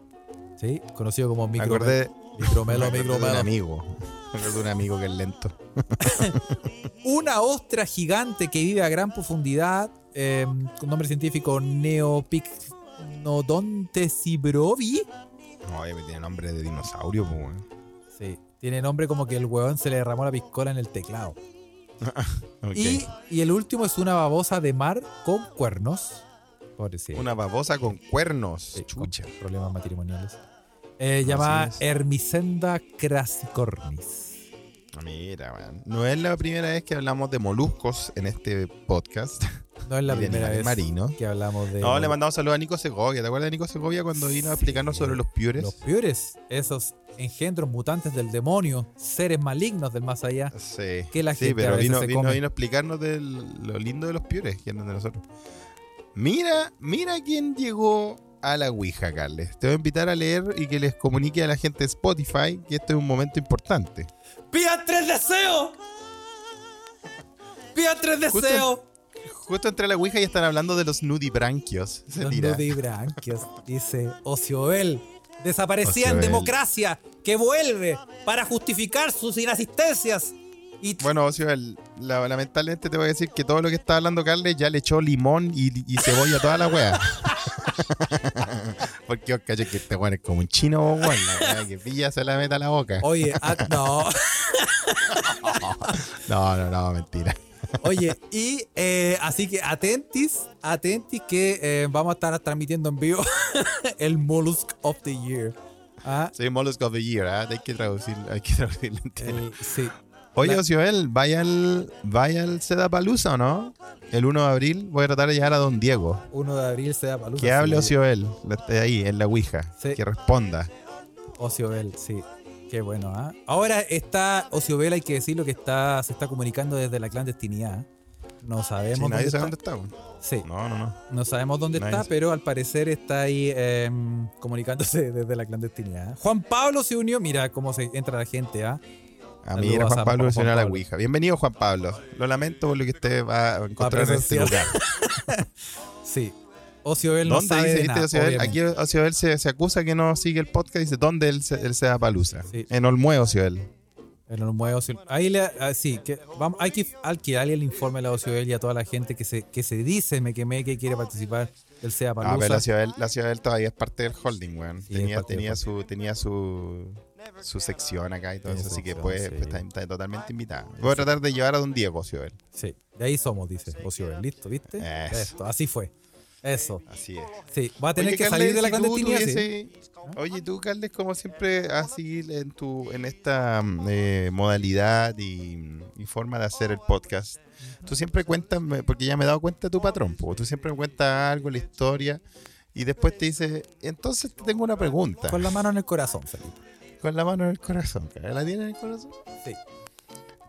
Sí, conocido como
Me
micromelo.
acordé, me
Micromelo,
acordé de un
micromelo.
amigo. Me acordé de un amigo que es lento.
Una ostra gigante que vive a gran profundidad, eh, con nombre científico Neopicnodonte cibrovi.
No, oye, me tiene nombre de dinosaurio, po, weón.
Sí, tiene nombre como que el huevón se le derramó la piscola en el teclado.
Ok.
Y, y el último es una babosa de mar con cuernos. Pobrecito.
Una babosa con cuernos.
Sí, con
Chucha.
problemas matrimoniales. Eh, llamada
es.
Hermicenda crassicornis.
Mira, weón. No es la primera vez que hablamos de moluscos en este podcast.
No es la
Y de
primera
animales
vez
marinos.
que hablamos de
No, le mandamos saludos a Nico Segovia. ¿Te acuerdas de Nico Segovia cuando vino a explicarnos sobre los piures?
los piures, esos engendros mutantes del demonio, seres malignos del más allá.
Sí.
que la
sí,
gente a
pero
veces
vino,
se
vino,
come.
vino a explicarnos de lo lindo de los piures, que andan de nosotros. Mira, mira quién llegó a la Ouija, Carles. Te voy a invitar a leer y que les comunique a la gente de Spotify que este es un momento importante.
¡Pía tres deseos! ¡Pía tres
Justo-
deseos!
Justo entre la Ouija y están hablando de los nudibranquios. Se
Los
tira.
nudibranquios, dice Ocioel. Desaparecía en
Ocioel.
democracia, que vuelve para justificar sus inasistencias. Y
Bueno, Ocio, el- la- lamentablemente te voy a decir que todo lo que está hablando Carles ya le echó limón y, y cebolla a toda la wea. Porque os caché que este weón es como un chino weón, la wea que pilla se la mete a la boca.
Oye, ah, no.
No, no, no, mentira.
Oye, y eh, así que atentis, atentis que eh, vamos a estar transmitiendo en vivo el Mollusk of the Year. Ah,
Soy Mollusk of the Year, ¿ah? hay que traducir, hay que traducirlo entero.
el- eh, sí.
Oye,
la-
Ocioel, vaya al, vaya al Sedapalusa, ¿o no? El 1 de abril voy a tratar de llegar a Don Diego.
1 de abril se da palusa.
Que hable
sí,
Ocioel, la- ahí, en la Ouija.
Sí.
Que responda.
Ocioel, sí. Qué bueno, ¿ah? Ahora está Ocioel, hay que decirlo que está, se está comunicando desde la clandestinidad. No sabemos
Sí, nadie
dónde
sabe
está.
dónde está. weón.
Sí,
No, no, no.
no sabemos dónde
Nadie
está,
sabe.
pero al parecer está ahí em, comunicándose desde la clandestinidad. Juan Pablo se unió, mira cómo se entra la gente, ¿ah?
A
Saludos
mí era
a
Juan
San-
Pablo
Juan
mencionó a la
Pablo.
Ouija. Bienvenido, Juan Pablo. Lo lamento por lo que usted va a encontrar en este
presenciar.
lugar.
Sí. Ocioel no
¿Dónde
sabe de
dice
nada,
este Ocioel?
obviamente.
Aquí Ocioel se, se acusa que no sigue el podcast y dice: ¿Dónde él se, él se da palusa?
Sí.
En Olmue, Ocioel.
En el Museo Ocioel. Ahí le, ah, sí, que vamos, hay que alquilarle el informe a la Ocioel y a toda la gente que se, que se dice me quemé que quiere participar del SEA
Ah, pero
Palusa.
la Ocioel, la Ocioel todavía es parte del holding, weón.
Sí, es
tenía,
parte del
tenía, su, tenía su, su sección acá y todo
Tiene
eso, así que
sección,
pues,
sí.
pues, está, está totalmente invitada. Voy a tratar de llevar a don Diego, Ocioel.
Sí, de ahí somos, dice Ocioel. Listo, ¿viste?
Eso.
Esto, así fue. Eso.
Así es.
Sí, va a tener
Oye,
que
Carles,
salir de la
si tú
clandestinidad. sí.
tuviese- Oye, tú, Carles, como siempre, así en tu en esta mm, eh, modalidad y, y forma de hacer el podcast, tú siempre cuentas, me- porque ya me he dado cuenta de tu patrón, po, tú siempre me cuentas algo, la historia, y después te dice, entonces te tengo una pregunta,
Con la mano en el corazón, Felipe.
con la mano en el corazón, Carles, ¿la tienes en el corazón?
Sí.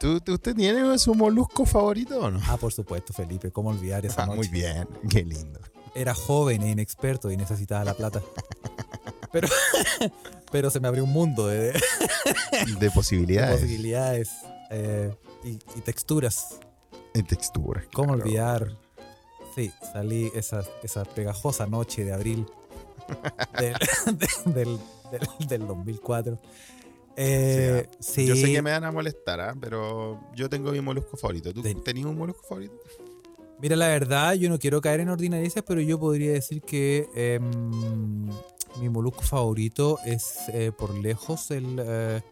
¿Tú, tú- ¿Usted tiene su molusco favorito o no?
Ah, por supuesto, Felipe. ¿Cómo olvidar esa
Ah,
noche?
muy bien, qué lindo.
Era joven e inexperto y necesitaba la plata. Pero, pero se me abrió un mundo de,
De posibilidades
posibilidades eh, y, y texturas.
y texturas.
¿Cómo
claro.
olvidar Sí, salí esa, esa pegajosa noche de abril del, de- del, del- del 2004. Eh, sí,
ah, Yo sé que me van a molestar, ¿ah? pero yo tengo mi molusco favorito. ¿Tú
Ten-
tenías un molusco favorito?
mira, la verdad, yo no quiero caer en ordinarias, pero yo podría decir que em, mi molusco favorito es eh, por lejos el... eh,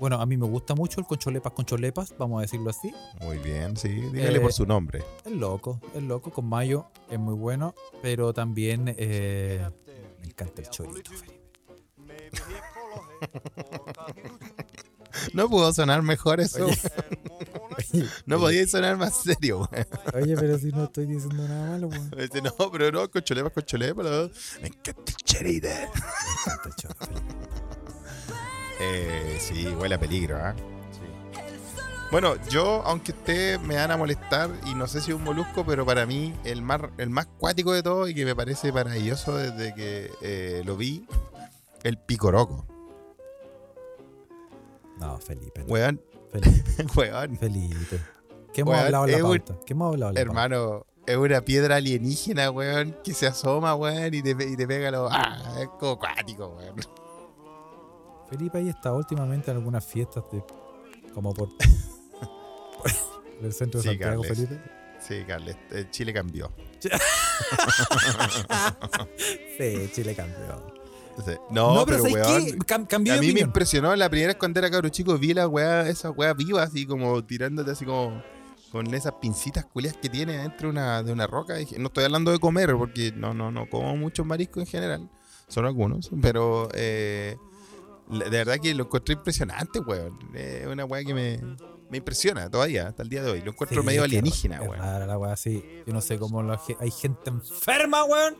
bueno, a mí me gusta mucho el concholepas concholepas, vamos a decirlo así.
Muy bien, sí. Dígale
Eh,
por su nombre.
Es loco, es loco, con mayo es muy bueno, pero también eh, me encanta el chorito. Felipe.
No pudo sonar mejor eso. No podía sonar más serio, güey.
Oye, pero si no estoy diciendo nada malo, weón.
Me dice, no, pero no, cocholepa, cocholepa. la- Me encanta el cherida. Eh, sí, huele a peligro, ¿ah? Sí. Bueno, yo, aunque ustedes me van a molestar, y no sé si es un molusco, pero para mí el, mar, el más cuático de todo y que me parece maravilloso desde que eh, lo vi, el picoroco.
No, Felipe. no.
Weón,
Felipe.
weón.
Felipe. ¿Qué hemos
Weón,
hablado en
es
la
un-
pauta? ¿Qué hemos hablado en la
Hermano, es una piedra alienígena, weón, que se asoma, weón, y te, pe- y te pega lo... Ah, es como cuático, weón.
pauta? Felipe ahí está últimamente en algunas fiestas de. como por. por el centro de
Sí,
Santiago,
Carles.
Felipe.
Sí, Carles, el Chile cambió.
Sí, Chile campeón.
Sí. No, pero,
¿sabes
weón.
qué? Cam- cambié
A
de
mí me
opinión.
impresionó la primera vez cuando era cabro chico, vi la weá, esa weá viva, así como tirándote así como con esas pincitas culias que tiene adentro una, de una roca. Dije, No estoy hablando de comer, porque no, no, no como muchos mariscos en general. Son algunos, pero eh, la- de verdad que lo encontré impresionante, weón. Es una weá que me, me impresiona todavía, hasta el día de hoy. Lo encuentro
Sí,
medio
es que es
alienígena,
ra- es
weón.
rara la weá, sí. Yo no sé cómo la ge- hay gente enferma, weón,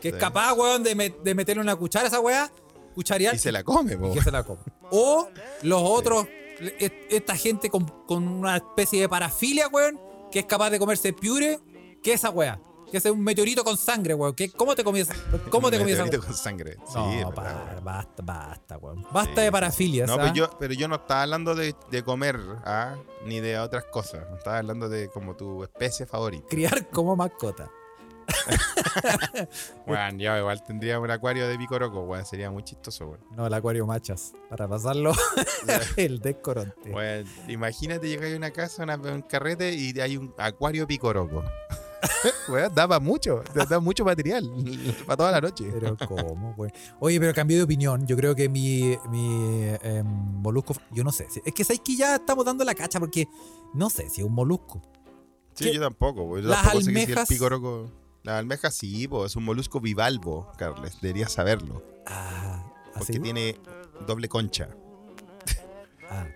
que
Sí.
es capaz, weón, de, met- de meterle una cuchara a esa weá, cucharear
Y se la come, po.
y que se la coma. O los otros, e- esta gente con, con una especie de parafilia, weón, que es capaz de comerse piure, que esa weá. Que es un meteorito con sangre, weón. que ¿Cómo te comías? ¿Cómo te comías? esa
Meteorito
weá?
con sangre. Sí,
No,
es verdad,
pa-
weón.
basta, basta, weón. Basta
Sí, sí.
de parafilias.
No,
¿ah?
pero yo, pero yo no estaba hablando de, de comer, ¿ah? ni de otras cosas. Estaba hablando de como tu especie favorita.
Criar como mascota.
Bueno, yo igual tendría un acuario de picoroco, weón. Sería muy chistoso, weón.
No, el acuario machas. Para pasarlo el descoronte.
Weón, imagínate llegar a una casa, una- un carrete y hay un acuario picoroco. weón, da para mucho, da da mucho material para toda la noche.
Pero cómo, güey. Oye, pero cambié de opinión. Yo creo que mi, mi em, molusco, yo no sé. si- Es que sabéis que ya estamos dando la cacha porque no sé si es un molusco.
Sí,
¿Qué?
yo tampoco, weón. Yo
Las
tampoco sé que si
almejas-
el picoroco. Las almejas sí, po, es un molusco bivalvo, Carles. Deberías saberlo.
Ah,
Porque
así.
tiene doble concha.
Ah,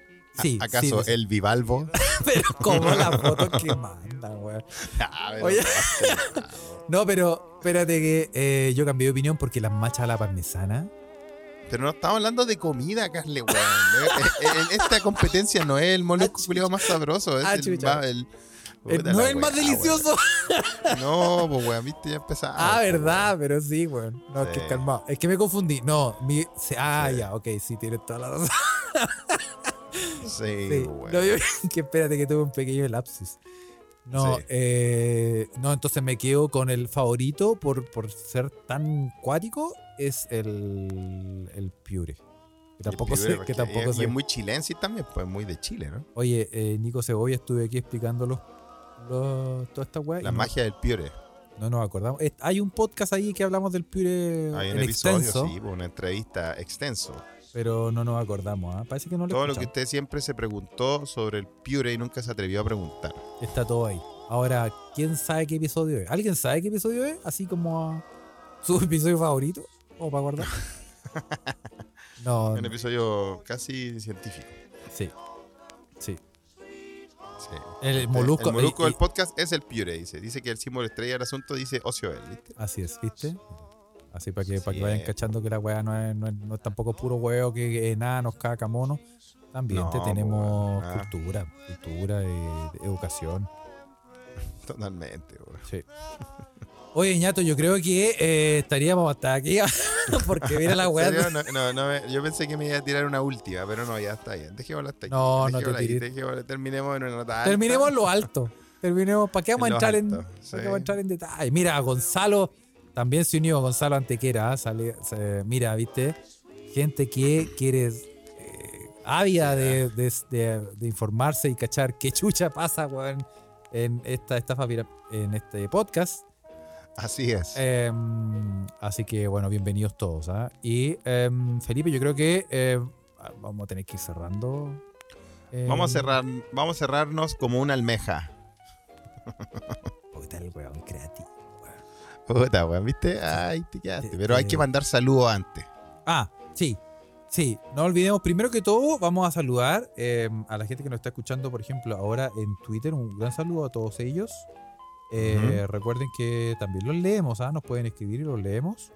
sí.
¿Acaso
sí,
el bivalvo?
Pero como la foto que manda, güey.
Ah, pero-
Oye. No, pero espérate que eh, yo cambié de opinión porque las machas a la parmesana. eh,
Pero no estamos hablando de comida, Carle, weón. Eh, eh, eh, Esta competencia no es el molusco culiao más sabroso. Es
Ah,
el,
chucha.
más- el-
eh,
Puta
no
la
es el más
weá,
delicioso.
weón. No, pues weón, viste, ya empezamos.
Ah,
pues,
verdad, pero sí, güey. No, es
Sí.
que calmado. Es que me confundí. No, mi. se- Ah,
Sí.
ya, ok, sí, tienes toda la razón.
weón. Sí, pues,
Sí,
weón.
no, yo- que espérate que tuve un pequeño lapsus. No,
Sí.
eh, no, entonces me quedo con el favorito por, por ser tan cuático, es el, el Piure. Que tampoco
Y-
sé, que tampoco
y, y
sé.
es muy chilense también, pues muy de Chile, ¿no?
Oye, eh, Nico Cebolla estuve aquí explicando los, los- toda esta weá. y
La
no-
magia del piore.
No nos acordamos. Es- hay un podcast ahí que hablamos del Piure
Hay un
en
episodio,
extenso,
sí, pues, una entrevista extenso.
pero no nos acordamos. ¿ah? Parece que no lo
Todo lo que
escuchamos.
usted siempre se preguntó sobre el piure y nunca se atrevió a preguntar.
Está todo ahí. Ahora, ¿quién sabe qué episodio es? ¿Alguien sabe qué episodio es? Así como ah, su episodio favorito. ¿O para guardar? No,
Un episodio casi científico.
sí. Sí.
Sí.
El molusco.
el molusco
y-
del
y-
podcast es el piure, dice. Dice que el símbolo estrella del asunto dice ocio él, ¿viste?
así es, ¿viste? Así para que, para
Sí.
que vayan cachando que la weá no es, no es- no es tampoco puro huevo, que enanos, caca, mono. También
No,
te
po,
tenemos
weón, ah.
cultura, cultura, eh, educación.
Totalmente, güey.
Oye, ñato, yo creo que eh, estaríamos hasta aquí porque mira la
¿En
weá.
serio? No, no, no me- yo pensé que me iba a tirar una última, pero no, ya está bien. Dejémosla hasta ahí.
No, no te
Dejémosla ahí,
tiré.
dejémosla- Terminemos en una nota alta.
Terminemos en lo alto. terminemos. ¿Para qué vamos a
Los
entrar en,
altos,
para
sí.
qué vamos a entrar en detalle? Mira, Gonzalo también se unió, Gonzalo Antequera. ¿ah? Sale, se- mira, viste, gente que quiere, eh, ávida de, de- de- de informarse y cachar qué chucha pasa, weón, en esta estafa, pira- en este podcast.
Así es.
Eh, así que bueno, bienvenidos todos. ¿ah? Y eh, Felipe, yo creo que eh, vamos a tener que ir cerrando. eh,
Vamos a cerrar, vamos a cerrarnos como una almeja.
Puta el weón creativo. weón.
Puta, weón, ¿viste? Ay, te quedaste. Pero hay
Eh,
que mandar saludos antes.
Ah, sí. Sí, no olvidemos, primero que todo, vamos a saludar eh, a la gente que nos está escuchando, por ejemplo, ahora en Twitter. Un gran saludo a todos ellos. Eh, Recuerden que también los leemos, ¿ah? nos pueden escribir y los leemos.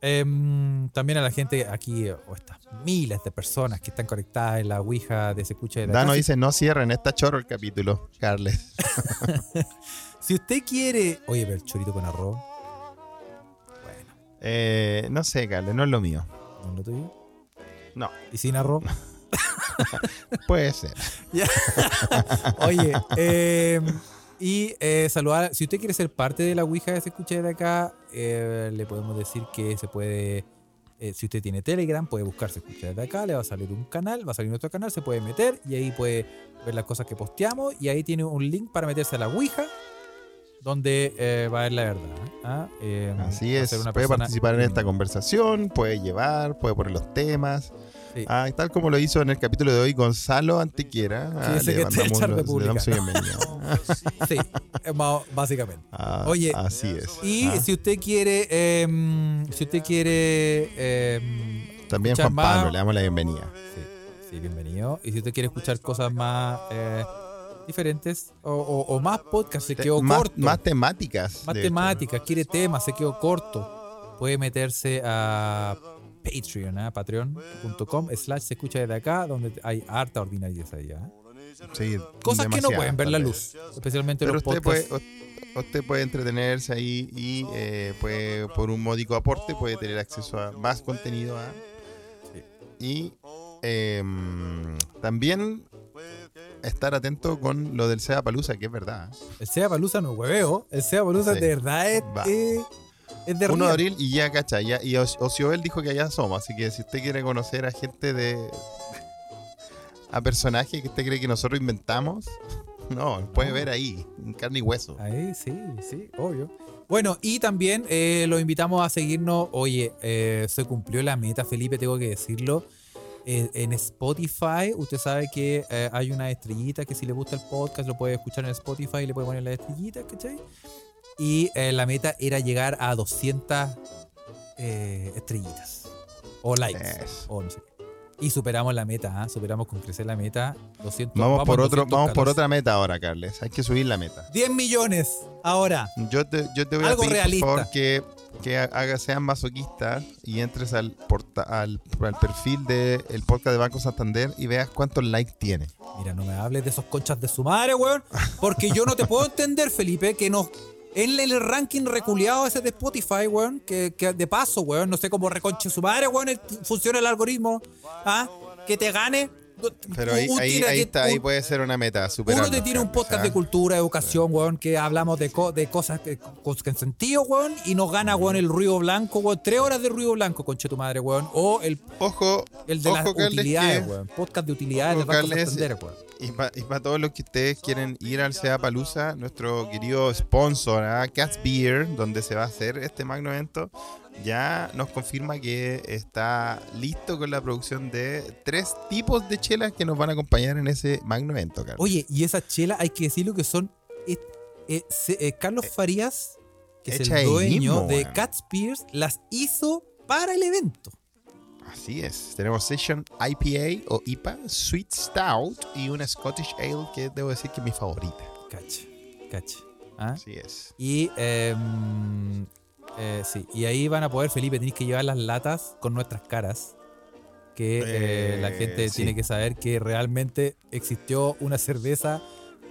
Em, también a la gente aquí, eh, o estas miles de personas que están conectadas en la Ouija de Se Escucha de la
Dano
Casa.
dice, no cierren, está chorro el capítulo, Carles.
Si usted quiere. Oye, pero el chorito con arroz. Bueno,
Eh, no sé, Carles, no es lo mío.
¿no es lo tuyo?
No.
¿Y sin arroz?
Puede ser.
Oye, eh, y eh, saludar, si usted quiere ser parte de la Ouija que se escucha de acá, eh, le podemos decir que se puede, eh, si usted tiene Telegram, puede buscar se escucha de acá, le va a salir un canal, va a salir nuestro canal, se puede meter y ahí puede ver las cosas que posteamos y ahí tiene un link para meterse a la Ouija, donde eh, va a ver la verdad. ¿ah? Eh,
Así
va a
es.
ser una
puede
persona
participar en esta
iluminada.
conversación, puede llevar, puede poner los temas.
Sí.
Ah, y tal como lo hizo en el capítulo de hoy Gonzalo Antiquiera. Ah,
ese que
le
está en
mandamos
Char
los- le
República.
damos su bienvenida.
Sí, eh, ba- básicamente.
Ah,
Oye,
así es.
Y
Ah,
si usted quiere, em, si usted quiere, em,
también
escuchar
Juan Pablo,
más-
le damos la bienvenida.
sí, sí, bienvenido. Y si usted quiere escuchar cosas más eh, diferentes o, o- o más podcast, se quedó
más,
corto,
más
más,
temáticas. de hecho.
temáticas, quiere temas, se quedó corto, puede meterse a Patreon, ¿ah? patreon.com slash se escucha desde acá, donde hay harta ordinariedad allá.
Sí,
Cosas que no
demasiadas,
pueden ver la
tal vez.
luz, especialmente
Pero
los
usted
podcasts.
puede, u- usted puede entretenerse ahí y eh, puede, por un módico aporte puede tener acceso a más contenido. ¿ah? Y em, también estar atento con lo del Sea Palusa, que es verdad. ¿eh?
El Sea Palusa no es hueveo, el Sea Palusa
Sí.
de verdad es,
Va.
es- es de
1 de
real.
abril y ya, cacha. Ya, y Oci- Ocioel dijo que allá somos. Así que si usted quiere conocer a gente de. a personajes que usted cree que nosotros inventamos, no, puede
No.
ver ahí, en carne y hueso.
Ahí, sí, sí, obvio. Bueno, y también eh, los invitamos a seguirnos. Oye, eh, se cumplió la meta, Felipe, tengo que decirlo. Eh, en Spotify, usted sabe que eh, hay una estrellita que si le gusta el podcast lo puede escuchar en Spotify y le puede poner la estrellita, ¿cachai? Y eh, la meta era llegar a 200 eh, estrellitas o likes
Eso.
o no sé qué. Y superamos la meta, ¿ah? superamos con crecer la meta. 200,
Vamos, por
en
otro, vamos por
214.
otra meta ahora, Carles. Hay que subir la meta.
10 millones ahora.
Yo te, yo te voy
Algo
a pedir,
realista.
por favor, que, que haga, seas masoquista y entres al, porta- al, al perfil del podcast de Banco Santander y veas cuántos likes tiene.
Mira, no me hables de esos conchas de su madre, weón. Porque yo no te puedo entender, Felipe, que nos. En el ranking reculeado ese de Spotify, weón, que, que de paso, weón, no sé cómo reconche su madre, weón, el- funciona el algoritmo. ¿Ah? Que te gane.
Pero
Un-
ahí,
un
ahí,
tira
ahí
que-
está, ahí
un-
puede ser una meta. superarlo,
uno te tiene un
Carles,
podcast
¿ah?
de cultura, educación, weón, que hablamos de, co- de cosas que, con con sentido, weón, y nos gana, weón, el ruido blanco, weón. Tres horas de ruido blanco, conche tu madre, weón. O el,
Ojo,
el de
ojo,
las
Carles,
utilidades,
que-
weón. Podcast de utilidades
ojo,
del Banco
Carles,
Santander, weón.
y para todos los que ustedes quieren ir al Sea Palusa, nuestro querido sponsor, ¿ah? Cats Beer, donde se va a hacer este magno evento, ya nos confirma que está listo con la producción de tres tipos de chelas que nos van a acompañar en ese magno evento, Carlos.
Oye, y esas chelas hay que decirlo que son eh, eh, se- eh, Carlos Farías, que es
hecha
el
ahí
dueño
mismo,
de
weón.
Cats Pierce, las hizo para el evento.
Así es. Tenemos Session IPA o IPA, Sweet Stout y una Scottish Ale que debo decir que es mi favorita.
Cacha, cacha. ¿ah?
Así es.
Y em, eh, sí, y ahí van a poder, Felipe, tenéis que llevar las latas con nuestras caras. Que eh,
Eh,
la gente
sí.
tiene que saber que realmente existió una cerveza,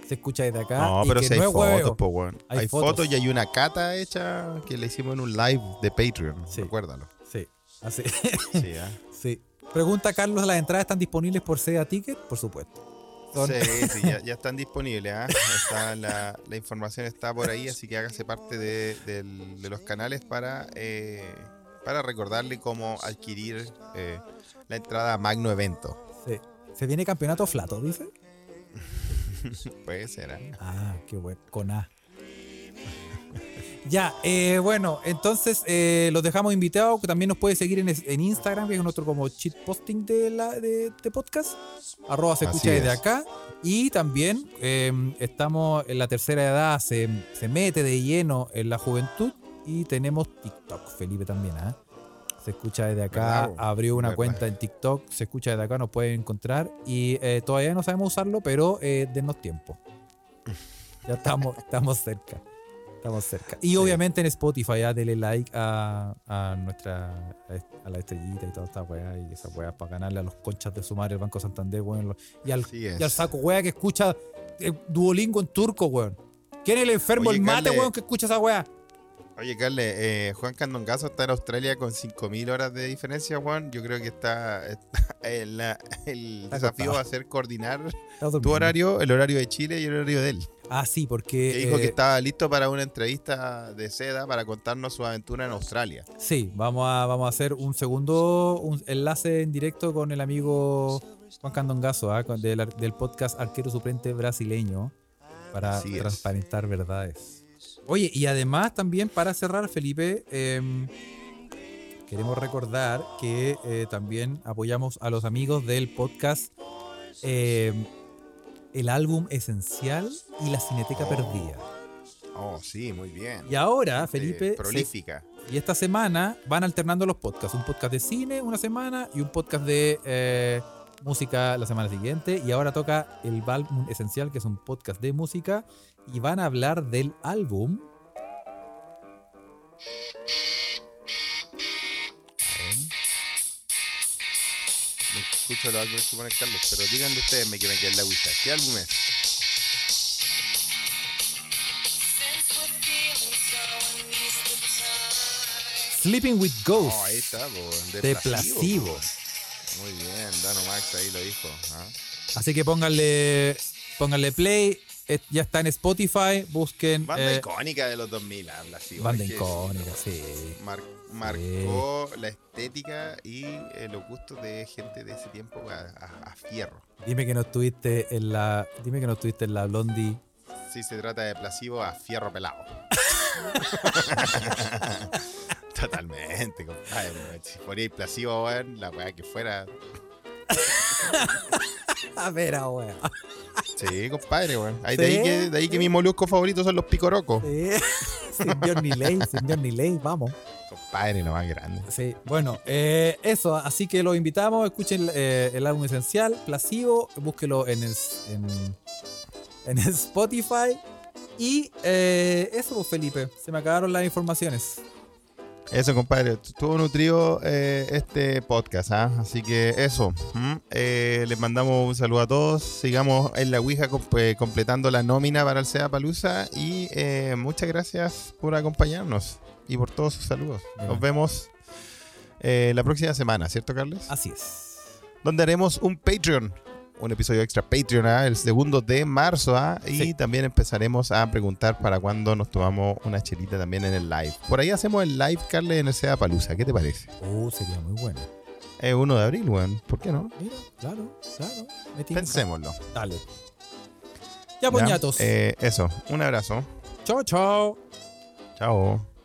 se escucha desde acá.
No,
y
pero
que
si hay
no es
fotos,
hueveo.
po, weón.
Hay
Hay,
fotos.
fotos. y hay una cata hecha que le hicimos en un live de Patreon.
Sí.
Recuérdalo.
Sí, así.
Sí, ¿ah?
Sí. Pregunta Carlos, ¿las entradas están disponibles por SEA Ticket? Por supuesto. Son-
Sí, sí, ya, ya están disponibles. ¿ah? Está la, la información está por ahí, así que hágase parte de, del- de los canales para, eh, para recordarle cómo adquirir eh, la entrada a Magno Evento.
Sí. Se viene campeonato flato, dice.
Puede ser. ¿ah?
Ah, qué bueno, con A. Ya, eh, bueno, entonces eh, los dejamos invitados. También nos puede seguir en, es- en Instagram, que es nuestro como cheat posting de, la, de, de podcast. Arroba se
Así
escucha desde
es.
acá. Y también eh, estamos en la tercera edad, se, se mete de lleno en la juventud. Y tenemos TikTok, Felipe también, ¿ah? Se escucha desde acá,
¿Verdad, po?
abrió una
¿Verdad?
cuenta en TikTok, se escucha desde acá, nos pueden encontrar. Y eh, todavía no sabemos usarlo, pero eh, dennos tiempo. Ya estamos, estamos cerca. Estamos cerca. Y obviamente en Spotify, ya dele like a, a nuestra a la estrellita y toda esta weá y esa weá para ganarle a los conchas de su madre el Banco Santander, weón. lo- Y al,
Así es.
y al saco weá que escucha eh, Duolingo en turco, weón. ¿Quién es el enfermo,
Oye,
el mate,
Carle.
weón, que escucha esa weá?
Oye, Carle, eh, Juan Candongazo está en Australia con 5.000 horas de diferencia, Juan. Yo creo que está, está- el, la- el
Está
desafío
acostado.
va a ser coordinar
Está durmiendo.
tu horario, el horario de Chile y el horario de él.
Ah, sí, porque.
Que dijo que
eh,
estaba listo para una entrevista de seda para contarnos su aventura en Australia.
Sí, vamos a, vamos a hacer un segundo un enlace en directo con el amigo Juan Candongazo ah, con- del, ar- del podcast Arquero Suplente Brasileño para
Así es.
transparentar verdades. Oye, y además también para cerrar, Felipe, em, queremos recordar que eh, también apoyamos a los amigos del podcast em, El Álbum Esencial y La Cineteca
Oh.
Perdida.
Oh, sí, muy bien.
Y ahora,
Gente
Felipe, se-
prolífica.
y esta semana van alternando los podcasts. Un podcast de cine una semana y un podcast de eh, música la semana siguiente. Y ahora toca el álbum esencial, que es un podcast de música. Y van a hablar del álbum.
Me escucho los álbumes que pone Carlos, pero díganle ustedes me que me quedé en la agüita. ¿Qué álbum es?
Sleeping with Ghosts
Oh, ahí está, po,
de Placebo.
Muy bien, Dano Max ahí lo dijo. ¿ah?
Así que pónganle, pónganle play. Eh, Ya está en Spotify. Busquen.
Banda
eh,
icónica de los 2000, ah, Placebo.
banda
hay que
icónica,
decirlo.
sí.
Mar- marcó la estética y eh, los gustos de gente de ese tiempo a, a- a fierro.
Dime que no estuviste en la. Dime que no estuviste en la Blondie.
Si se trata de placebo, a fierro pelado. Totalmente, compadre. weón. Si ponéis placebo, weón, la weá que fuera.
A ver ahora.
Sí, compadre, weón. Ahí-
Sí,
de, ahí que, de ahí que
sí.
mis moluscos favoritos son los picorocos.
Sí. sin Dios ni ley, sin Dios ni ley, vamos.
Compadre, lo más grande.
Sí, bueno, eh, eso, así que los invitamos, escuchen eh, el álbum esencial, Placebo, búsquelo en, es- en, en Spotify. Y eh, eso, pues, Felipe, se me acabaron las informaciones.
Eso, compadre. Estuvo nutrido eh, este podcast, ¿ah? Así que eso. ¿Mm? Eh, les mandamos un saludo a todos. Sigamos en la Ouija comp- eh, completando la nómina para el SEA Palusa. Y eh, muchas gracias por acompañarnos y por todos sus saludos.
Bien.
Nos vemos eh, la próxima semana, ¿cierto, Carles?
Así es.
Donde haremos un Patreon. Un episodio extra Patreon, ¿ah? el segundo de marzo. ¿ah? Y
Sí.
también empezaremos a preguntar para cuándo nos tomamos una chelita también en el live. Por ahí hacemos el live, Carles, en el SEA Palusa. ¿Qué te parece?
Oh, sería muy bueno.
Es 1 de abril, weón. ¿Por qué no?
Mira, claro, claro. me tinca.
Pensémoslo.
Dale. Ya,
¿ya?
poñatos.
Eh, eso. Un abrazo.
Chao, chao.
Chao.